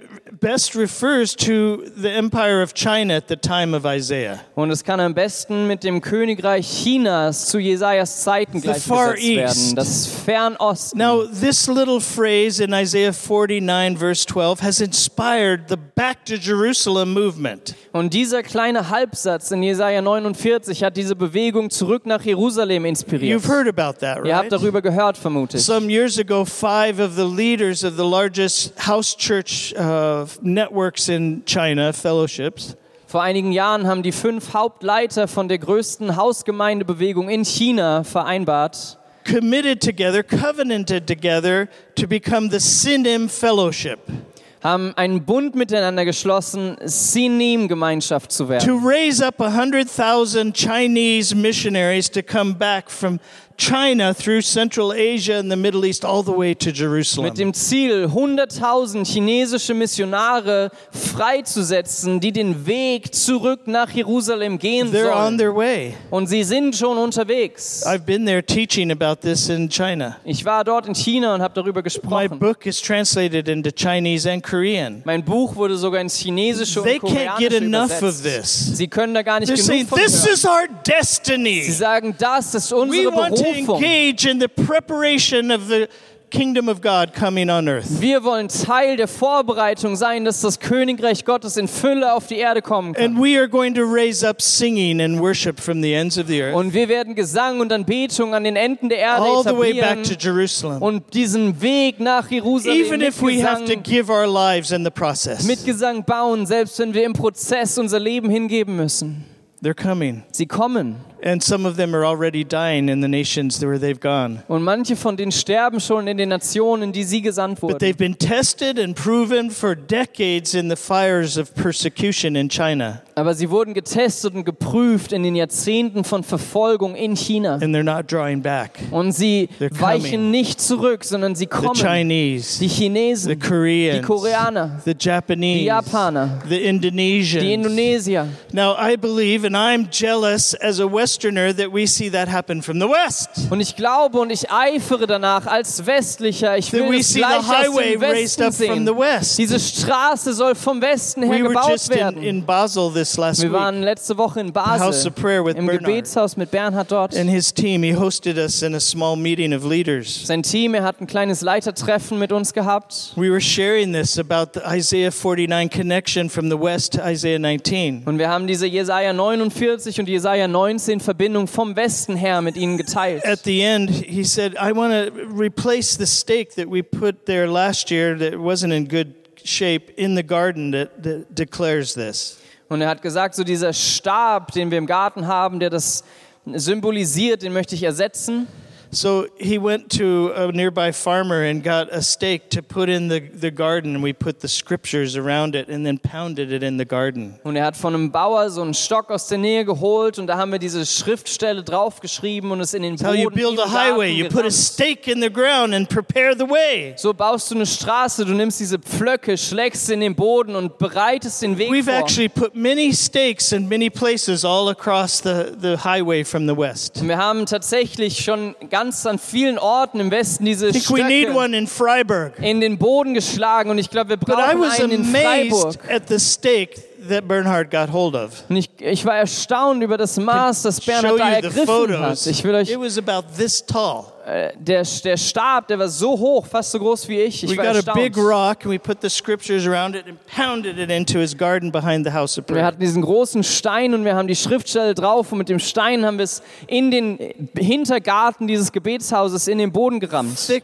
Speaker 2: best refers to the empire of China at the time of Isaiah.
Speaker 3: Und es kann am besten mit dem Königreich Chinas zu Jesajas Zeiten
Speaker 2: The Far
Speaker 3: gleichgesetzt
Speaker 2: East.
Speaker 3: werden. Das Fernost.
Speaker 2: Now, this little phrase in Isaiah 49, verse 12, has inspired the Back to Jerusalem movement.
Speaker 3: Und dieser kleine Halbsatz in Jesaja 49 hat diese Bewegung zurück nach Jerusalem inspiriert.
Speaker 2: You've heard about that,
Speaker 3: Ihr habt
Speaker 2: right?
Speaker 3: darüber gehört, vermutlich.
Speaker 2: Some years ago, five of the leaders of the largest house church uh, networks in China, fellowships,
Speaker 3: Vor einigen Jahren haben die fünf Hauptleiter von der größten Hausgemeindebewegung in China vereinbart,
Speaker 2: committed together, covenanted together to become the Sinim Fellowship,
Speaker 3: haben einen Bund miteinander geschlossen, Sinim-Gemeinschaft zu werden.
Speaker 2: to raise up 100,000 Chinese missionaries to come back from China through Central Asia and the Middle East all the way to Jerusalem.
Speaker 3: Mit dem Ziel, 100.000 chinesische Missionare freizusetzen, die den Weg zurück nach Jerusalem gehen
Speaker 2: They're on
Speaker 3: sollen.
Speaker 2: their way.
Speaker 3: Und sie sind schon unterwegs.
Speaker 2: I've been there teaching about this in China.
Speaker 3: Ich war dort in China und habe darüber
Speaker 2: My
Speaker 3: gesprochen.
Speaker 2: book is translated into Chinese and Korean.
Speaker 3: Mein Buch wurde sogar ins Chinesische
Speaker 2: They
Speaker 3: und
Speaker 2: can't get
Speaker 3: Koreanische
Speaker 2: enough of
Speaker 3: übersetzt.
Speaker 2: this.
Speaker 3: Sie können da gar nicht
Speaker 2: They're saying,
Speaker 3: genug von hören.
Speaker 2: This is our
Speaker 3: Sie
Speaker 2: destiny.
Speaker 3: sagen, das ist
Speaker 2: We
Speaker 3: unsere
Speaker 2: want to
Speaker 3: Berufung.
Speaker 2: engage in the preparation of the kingdom of God coming on earth.
Speaker 3: Wir wollen Teil der Vorbereitung sein, dass das Königreich Gottes in Fülle auf die Erde kommen kann.
Speaker 2: And we are going to raise up singing and worship from the ends of the earth
Speaker 3: Und wir werden Gesang und Anbetung an den Enden der Erde
Speaker 2: all the way back to
Speaker 3: etablieren
Speaker 2: Jerusalem,
Speaker 3: und diesen Weg nach Jerusalem
Speaker 2: even
Speaker 3: mit
Speaker 2: if we have to
Speaker 3: Gesang,
Speaker 2: give our lives in the process.
Speaker 3: mit Gesang bauen, selbst wenn wir im Prozess unser Leben hingeben müssen.
Speaker 2: They're coming.
Speaker 3: Sie kommen
Speaker 2: And some of them are already dying in the nations where they've gone.
Speaker 3: und manche von denen sterben schon in den Nationen, in die sie gesandt
Speaker 2: But
Speaker 3: wurden.
Speaker 2: they've been tested and proven for decades in the fires of persecution in China,
Speaker 3: Aber sie wurden getestet und geprüft in den Jahrzehnten von Verfolgung in China.
Speaker 2: and they're not drawing back.
Speaker 3: Und sie
Speaker 2: They're coming.
Speaker 3: weichen nicht zurück, sondern sie
Speaker 2: The
Speaker 3: kommen.
Speaker 2: Chinese,
Speaker 3: Die
Speaker 2: the
Speaker 3: Chinesen,
Speaker 2: Koreans,
Speaker 3: die Koreaner,
Speaker 2: the Japanese,
Speaker 3: die Japaner,
Speaker 2: the Indonesians.
Speaker 3: die Indonesier.
Speaker 2: Now, I believe, and I'm jealous as a Westerner, that we see that happen from the West.
Speaker 3: Und ich glaube und ich eifere danach als Westlicher. Ich
Speaker 2: That
Speaker 3: will
Speaker 2: we
Speaker 3: es
Speaker 2: see the
Speaker 3: gleich aus
Speaker 2: highway
Speaker 3: dem
Speaker 2: raised up
Speaker 3: Westen
Speaker 2: from the
Speaker 3: sehen.
Speaker 2: West.
Speaker 3: Diese Straße soll vom Westen her
Speaker 2: We were
Speaker 3: gebaut
Speaker 2: just in,
Speaker 3: werden.
Speaker 2: in Basel this last
Speaker 3: Wir
Speaker 2: week,
Speaker 3: waren letzte Woche in
Speaker 2: House
Speaker 3: Basel
Speaker 2: of Prayer with
Speaker 3: im
Speaker 2: Bernard
Speaker 3: Gebetshaus mit Bernhard dort.
Speaker 2: and his team. He hosted us in a small meeting of leaders.
Speaker 3: Sein Team, er hat ein kleines Leitertreffen mit uns gehabt.
Speaker 2: We were sharing this about the Isaiah 49 connection from the West to Isaiah 19.
Speaker 3: Und wir haben diese Jesaja 49 und Jesaja 19 Verbindung vom Westen her mit ihnen geteilt.
Speaker 2: At the end, he said, I want to replace the stake that we put there last year that wasn't in good shape in the garden that, that declares this.
Speaker 3: Und er hat gesagt, so dieser Stab, den wir im Garten haben, der das symbolisiert, den möchte ich ersetzen.
Speaker 2: So he went to a nearby farmer and got a stake to put in the, the garden, and we put the scriptures around it and then pounded it in the garden.
Speaker 3: Und er hat von einem Bauer so einen Stock aus der Nähe geholt und da haben wir diese Schriftstelle draufgeschrieben und es in den
Speaker 2: How
Speaker 3: Boden
Speaker 2: you build a
Speaker 3: im Garten
Speaker 2: highway, you put a
Speaker 3: gerammt.
Speaker 2: stake in the ground and prepare the way.
Speaker 3: So baust du eine Straße, du nimmst diese Pflöcke, schlägst sie in den Boden und bereitest den Weg
Speaker 2: We've
Speaker 3: vor.
Speaker 2: actually put many stakes in many places all across the, the highway from the west.
Speaker 3: Und wir haben tatsächlich schon ganz an vielen Orten im Westen diese
Speaker 2: I think we need
Speaker 3: Stöcke
Speaker 2: one in Freiburg.
Speaker 3: in den Boden geschlagen und ich glaube, wir
Speaker 2: But I
Speaker 3: brauchen
Speaker 2: was
Speaker 3: einen in Freiburg.
Speaker 2: amazed at the stake that Bernhard got hold of.
Speaker 3: Und ich, ich war erstaunt über das Maß, das
Speaker 2: Show
Speaker 3: Bernhard da
Speaker 2: you the
Speaker 3: ergriffen hat.
Speaker 2: photos.
Speaker 3: Ich will euch, äh,
Speaker 2: It was about this tall.
Speaker 3: der, der Stab, der war so hoch, fast so groß wie ich. Ich
Speaker 2: We
Speaker 3: war
Speaker 2: got a big
Speaker 3: erstaunt.
Speaker 2: rock and we put the scriptures around it and pounded it into his garden behind the house of
Speaker 3: Wir
Speaker 2: prayer.
Speaker 3: hatten diesen großen Stein und wir haben die Schriftstelle drauf und mit dem Stein haben wir es in den Hintergarten dieses Gebetshauses in den Boden gerammt.
Speaker 2: Thick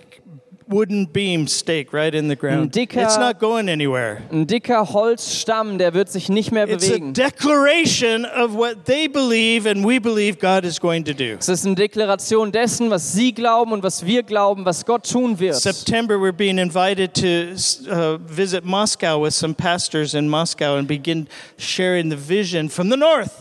Speaker 2: wooden beam stake right in the ground.
Speaker 3: Ein dicker-
Speaker 2: It's not going anywhere.
Speaker 3: Ein dicker Holzstamm, der wird sich nicht mehr
Speaker 2: It's a
Speaker 3: bewegen.
Speaker 2: declaration of what they believe and we believe God is going to do.
Speaker 3: Es ist eine Deklaration dessen, was Sie glauben und was wir glauben, was Gott tun wird.
Speaker 2: September, we're being invited to uh, visit Moscow with some pastors in Moscow and begin sharing the vision from the north.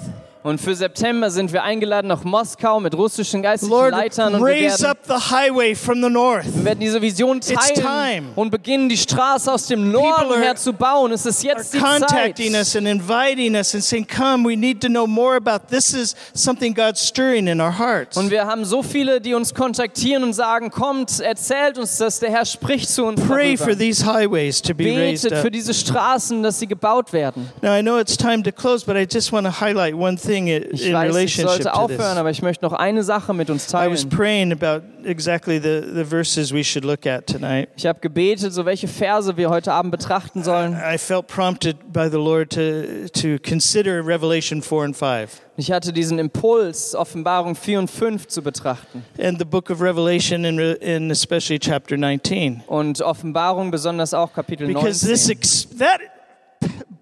Speaker 3: Und für September sind wir eingeladen nach Moskau mit russischen geistlichen
Speaker 2: Lord,
Speaker 3: Leitern und wir
Speaker 2: raise
Speaker 3: werden,
Speaker 2: up the highway from the north.
Speaker 3: wir werden diese Vision
Speaker 2: time.
Speaker 3: teilen und beginnen, die Straße aus dem Norden
Speaker 2: are-
Speaker 3: her zu bauen. Es ist
Speaker 2: Are
Speaker 3: jetzt die Zeit.
Speaker 2: contacting us and inviting us and saying, Come, we need to know more about this. Is something God's stirring in our hearts.
Speaker 3: Und wir haben so viele, die uns kontaktieren und sagen, kommt, erzählt uns das, der Herr spricht zu uns.
Speaker 2: Pray for
Speaker 3: darüber.
Speaker 2: these highways to be raised
Speaker 3: Betet
Speaker 2: up.
Speaker 3: für diese Straßen, dass sie gebaut werden.
Speaker 2: Now, I know it's time to close, but I just want to highlight one thing i-
Speaker 3: Ich
Speaker 2: in
Speaker 3: weiß, ich
Speaker 2: relationship
Speaker 3: sollte
Speaker 2: to
Speaker 3: aufhören,
Speaker 2: this.
Speaker 3: aber ich möchte noch eine Sache mit uns
Speaker 2: I was
Speaker 3: teilen.
Speaker 2: praying about exactly the, the verses we should look at tonight.
Speaker 3: Ich habe gebetet, so welche Verse wir heute Abend betrachten sollen.
Speaker 2: I felt prompted by the Lord to, to consider Revelation 4 and 5.
Speaker 3: Ich hatte diesen Impuls, Offenbarung 4 und 5 zu betrachten.
Speaker 2: And the book of Revelation, and, re- and especially chapter 19.
Speaker 3: Und Offenbarung besonders auch Kapitel
Speaker 2: Because this
Speaker 3: 19.
Speaker 2: ex- that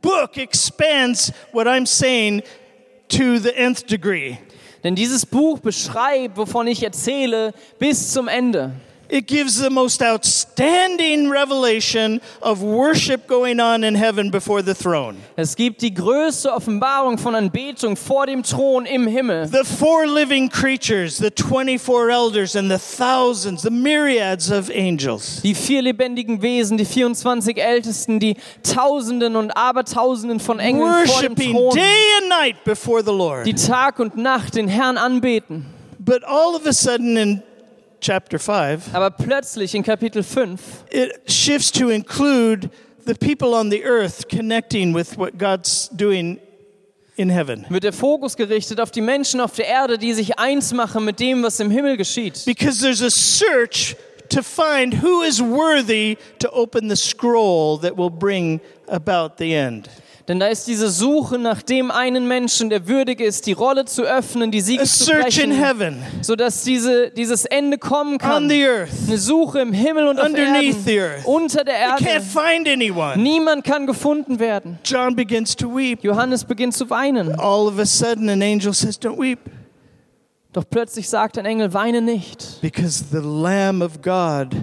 Speaker 2: book expands what I'm saying to the nth degree.
Speaker 3: Denn dieses Buch beschreibt, wovon ich erzähle, bis zum Ende.
Speaker 2: It gives the most outstanding revelation of worship going on in heaven before the throne.
Speaker 3: Es gibt die größte Offenbarung von Anbetung vor dem Thron im Himmel.
Speaker 2: The four living creatures, the 24 elders, and the thousands, the myriads of angels.
Speaker 3: Die vier lebendigen Wesen, die 24 Ältesten, die Tausenden und Abertausenden von Engeln vor dem
Speaker 2: Worshipping
Speaker 3: Thron,
Speaker 2: day and night before the
Speaker 3: die
Speaker 2: Lord.
Speaker 3: Tag und Nacht den Herrn anbeten.
Speaker 2: But all of a sudden in chapter 5,
Speaker 3: Aber plötzlich in Kapitel 5
Speaker 2: it shifts to include the people on the earth connecting with what God's doing in heaven.
Speaker 3: wird der Fokus gerichtet auf die Menschen auf der Erde, die sich eins machen mit dem, was im Himmel geschieht.
Speaker 2: Because there's a search to find who is worthy to open the scroll that will bring about the end.
Speaker 3: Denn da ist diese Suche nach dem einen Menschen, der würdig ist, die Rolle zu öffnen, die
Speaker 2: A
Speaker 3: Siege zu
Speaker 2: search in
Speaker 3: brechen,
Speaker 2: heaven,
Speaker 3: sodass diese, dieses Ende kommen
Speaker 2: on
Speaker 3: kann.
Speaker 2: the earth.
Speaker 3: Eine Suche im Himmel und auf
Speaker 2: Underneath
Speaker 3: Erden,
Speaker 2: the earth.
Speaker 3: unter der
Speaker 2: You can't
Speaker 3: Erde.
Speaker 2: find anyone.
Speaker 3: Niemand kann gefunden werden.
Speaker 2: John begins to weep.
Speaker 3: Johannes beginnt zu weinen.
Speaker 2: All of a sudden, an angel says, Don't weep,
Speaker 3: Doch plötzlich sagt ein Engel, weine nicht.
Speaker 2: because the Lamb of God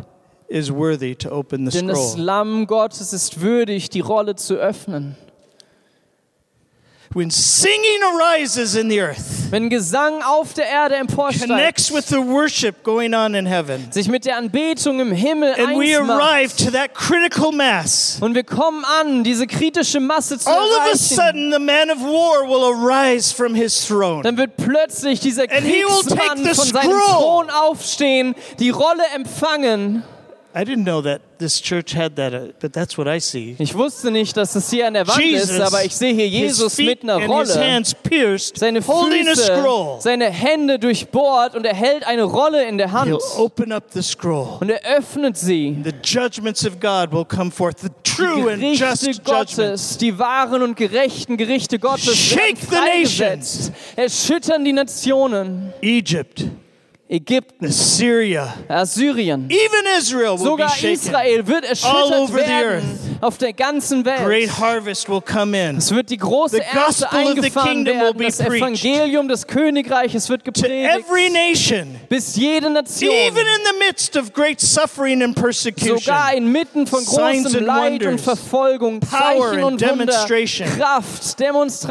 Speaker 2: is worthy to open the
Speaker 3: Denn das
Speaker 2: scroll.
Speaker 3: Lamm Gottes ist würdig, die Rolle zu öffnen.
Speaker 2: When singing arises in the earth,
Speaker 3: Wenn Gesang auf der Erde emporsteigt,
Speaker 2: connects with the worship going on in heaven,
Speaker 3: sich mit der Anbetung im Himmel
Speaker 2: and we
Speaker 3: eins
Speaker 2: arrive
Speaker 3: macht,
Speaker 2: to that critical mass.
Speaker 3: und wir kommen an, diese kritische Masse zu
Speaker 2: All of a
Speaker 3: erreichen,
Speaker 2: sudden, the man of war will arise from his throne.
Speaker 3: dann wird plötzlich dieser
Speaker 2: And he will take
Speaker 3: Kriegsmann
Speaker 2: the
Speaker 3: von seinem
Speaker 2: scroll.
Speaker 3: Thron aufstehen, die Rolle empfangen.
Speaker 2: I didn't know that this church had that, uh, but that's what I see.
Speaker 3: Ich wusste nicht, dass das hier an der Wand ist, aber ich sehe hier
Speaker 2: his
Speaker 3: Jesus
Speaker 2: feet
Speaker 3: mit einer
Speaker 2: and his
Speaker 3: Rolle.
Speaker 2: hands pierced,
Speaker 3: seine
Speaker 2: holding a
Speaker 3: Füße,
Speaker 2: scroll.
Speaker 3: seine Hände durchbohrt und er hält eine Rolle in der Hand
Speaker 2: He'll open up the scroll.
Speaker 3: und er öffnet sie.
Speaker 2: The judgments of God will come forth, the
Speaker 3: Die
Speaker 2: true and
Speaker 3: Gerichte
Speaker 2: just judgments.
Speaker 3: Gottes, die wahren und gerechten Gerichte Gottes werden
Speaker 2: Shake the nations.
Speaker 3: freigesetzt. Erschüttern die Nationen.
Speaker 2: Egypt,
Speaker 3: Ägypten,
Speaker 2: Assyria,
Speaker 3: Assyrien,
Speaker 2: even Israel will be
Speaker 3: sogar
Speaker 2: shaken.
Speaker 3: Israel wird
Speaker 2: All
Speaker 3: erschüttert
Speaker 2: over the
Speaker 3: werden. auf der ganzen
Speaker 2: Great
Speaker 3: Welt.
Speaker 2: harvest will come in.
Speaker 3: Es wird die große
Speaker 2: The
Speaker 3: Ernte
Speaker 2: gospel of the
Speaker 3: eingefahren
Speaker 2: kingdom will
Speaker 3: werden.
Speaker 2: be
Speaker 3: Das
Speaker 2: preached.
Speaker 3: Evangelium des Königreiches wird
Speaker 2: To
Speaker 3: gepredigt.
Speaker 2: every nation,
Speaker 3: Bis jede Nation,
Speaker 2: even in the midst of great suffering and persecution,
Speaker 3: sogar inmitten von
Speaker 2: Signs
Speaker 3: großem
Speaker 2: and
Speaker 3: Leid und
Speaker 2: wonders.
Speaker 3: Verfolgung,
Speaker 2: Power
Speaker 3: Zeichen
Speaker 2: and
Speaker 3: und Wunder,
Speaker 2: demonstration.
Speaker 3: Kraft,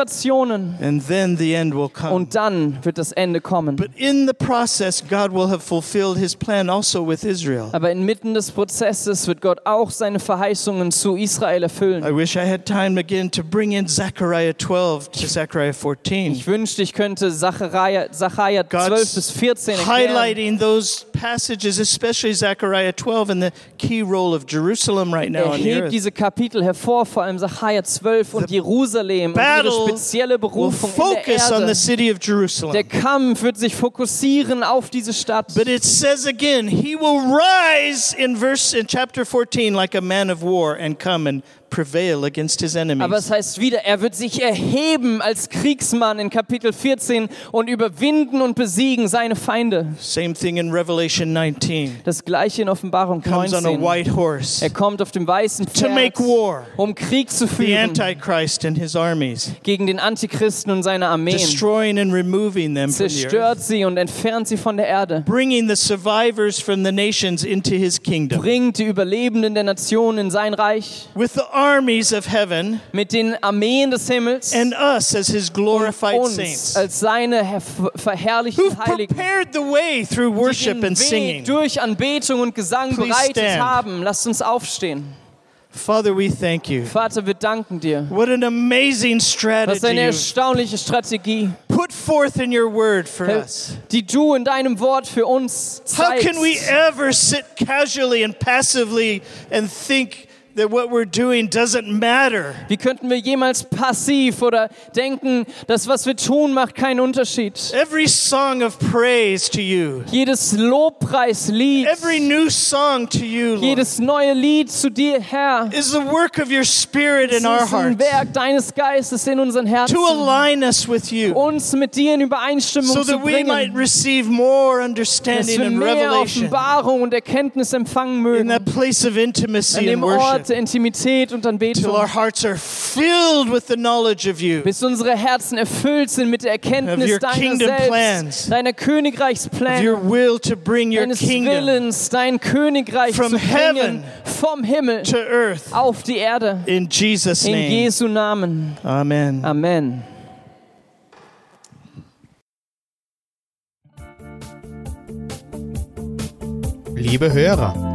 Speaker 3: Demonstrationen.
Speaker 2: and then the end will come.
Speaker 3: Und dann wird das Ende kommen.
Speaker 2: But in the process, God will have fulfilled his plan also with Israel.
Speaker 3: Aber inmitten des Prozesses wird Gott auch seine Verheißungen zu Israel
Speaker 2: I
Speaker 3: erfüllen.
Speaker 2: wish I had time again to bring in Zechariah 12 to Zechariah 14,
Speaker 3: Ich wünschte, ich könnte Zachariah, Zachariah 12 bis
Speaker 2: God's
Speaker 3: 14 erklären.
Speaker 2: highlighting those passages, especially Zechariah 12 and the key role of Jerusalem right now
Speaker 3: Er
Speaker 2: on the
Speaker 3: hebt
Speaker 2: earth.
Speaker 3: diese Kapitel hervor, vor allem Sacharja 12 und Jerusalem und ihre
Speaker 2: Battle
Speaker 3: spezielle
Speaker 2: will
Speaker 3: Berufung in der
Speaker 2: focus on the
Speaker 3: Erde.
Speaker 2: city of
Speaker 3: Der
Speaker 2: Jerusalem.
Speaker 3: Kampf wird sich fokussieren auf diese Stadt.
Speaker 2: But it says again, he will rise in verse in chapter 14 like a man of war and come and prevail against his
Speaker 3: Aber es
Speaker 2: enemies.
Speaker 3: heißt wieder, er wird sich erheben als Kriegsmann in Kapitel 14 und überwinden und besiegen seine Feinde.
Speaker 2: Same thing in Revelation 19.
Speaker 3: Das gleiche in Offenbarung
Speaker 2: Comes on a
Speaker 3: 19.
Speaker 2: white horse.
Speaker 3: Er kommt auf dem weißen
Speaker 2: to
Speaker 3: Pferd,
Speaker 2: make war.
Speaker 3: um Krieg zu
Speaker 2: The
Speaker 3: führen
Speaker 2: Antichrist and his armies,
Speaker 3: gegen den Antichristen und seine Armeen.
Speaker 2: destroying and removing them from the earth,
Speaker 3: Zerstört sie und entfernt sie von der Erde.
Speaker 2: bringing the survivors from the nations into his kingdom.
Speaker 3: Bringt die Überlebenden der Nationen in sein Reich
Speaker 2: With the armies of heaven
Speaker 3: mit den Armeen des Himmels
Speaker 2: and us as his glorified
Speaker 3: uns
Speaker 2: saints,
Speaker 3: als seine her- verherrlichten
Speaker 2: who've
Speaker 3: Heiligen.
Speaker 2: prepared the way through
Speaker 3: die
Speaker 2: worship
Speaker 3: den
Speaker 2: and
Speaker 3: Weg
Speaker 2: singing.
Speaker 3: durch Anbetung und Gesang
Speaker 2: Please
Speaker 3: bereitet
Speaker 2: stand.
Speaker 3: haben. Lasst uns aufstehen.
Speaker 2: Father, we thank you.
Speaker 3: Vater, wir danken dir.
Speaker 2: What an amazing
Speaker 3: Das ist
Speaker 2: strategy
Speaker 3: eine
Speaker 2: you've
Speaker 3: erstaunliche Strategie,
Speaker 2: put forth in your word for us.
Speaker 3: die du in deinem Wort für uns
Speaker 2: How
Speaker 3: zeigst.
Speaker 2: can we ever sit casually and passively and think that what we're doing doesn't matter?
Speaker 3: Wie könnten wir jemals passiv oder denken, das, was wir tun, macht keinen Unterschied?
Speaker 2: Every song of praise to you.
Speaker 3: Jedes Lobpreislied,
Speaker 2: Every new song to you, Lord,
Speaker 3: jedes neue Lied zu dir, Herr,
Speaker 2: is the work of your Spirit
Speaker 3: ist
Speaker 2: in our
Speaker 3: ein
Speaker 2: hearts
Speaker 3: Werk deines Geistes in unseren
Speaker 2: to
Speaker 3: Herzen,
Speaker 2: align us with you
Speaker 3: uns mit dir in Übereinstimmung
Speaker 2: so
Speaker 3: zu
Speaker 2: that we might
Speaker 3: bringen.
Speaker 2: receive more
Speaker 3: dass
Speaker 2: understanding
Speaker 3: wir
Speaker 2: and
Speaker 3: mehr
Speaker 2: revelation
Speaker 3: Offenbarung und Erkenntnis empfangen
Speaker 2: in
Speaker 3: mögen.
Speaker 2: that place of
Speaker 3: An
Speaker 2: intimacy and
Speaker 3: dem Ort
Speaker 2: worship
Speaker 3: der Intimität und
Speaker 2: till our
Speaker 3: Anbetung.
Speaker 2: hearts are filled with the knowledge of you.
Speaker 3: Bis unsere Herzen erfüllt sind mit der
Speaker 2: Of
Speaker 3: Erkenntnis
Speaker 2: your
Speaker 3: deiner
Speaker 2: kingdom plans.
Speaker 3: selbst, deiner
Speaker 2: of Your
Speaker 3: Königreichspläne,
Speaker 2: will to bring your
Speaker 3: deines
Speaker 2: kingdom
Speaker 3: Willens, dein Königreich
Speaker 2: From
Speaker 3: zu bringen,
Speaker 2: heaven
Speaker 3: vom Himmel
Speaker 2: to earth
Speaker 3: auf die Erde.
Speaker 2: in Jesus'
Speaker 3: In
Speaker 2: name.
Speaker 3: Jesu Namen.
Speaker 2: Amen.
Speaker 3: Amen.
Speaker 1: Liebe Hörer,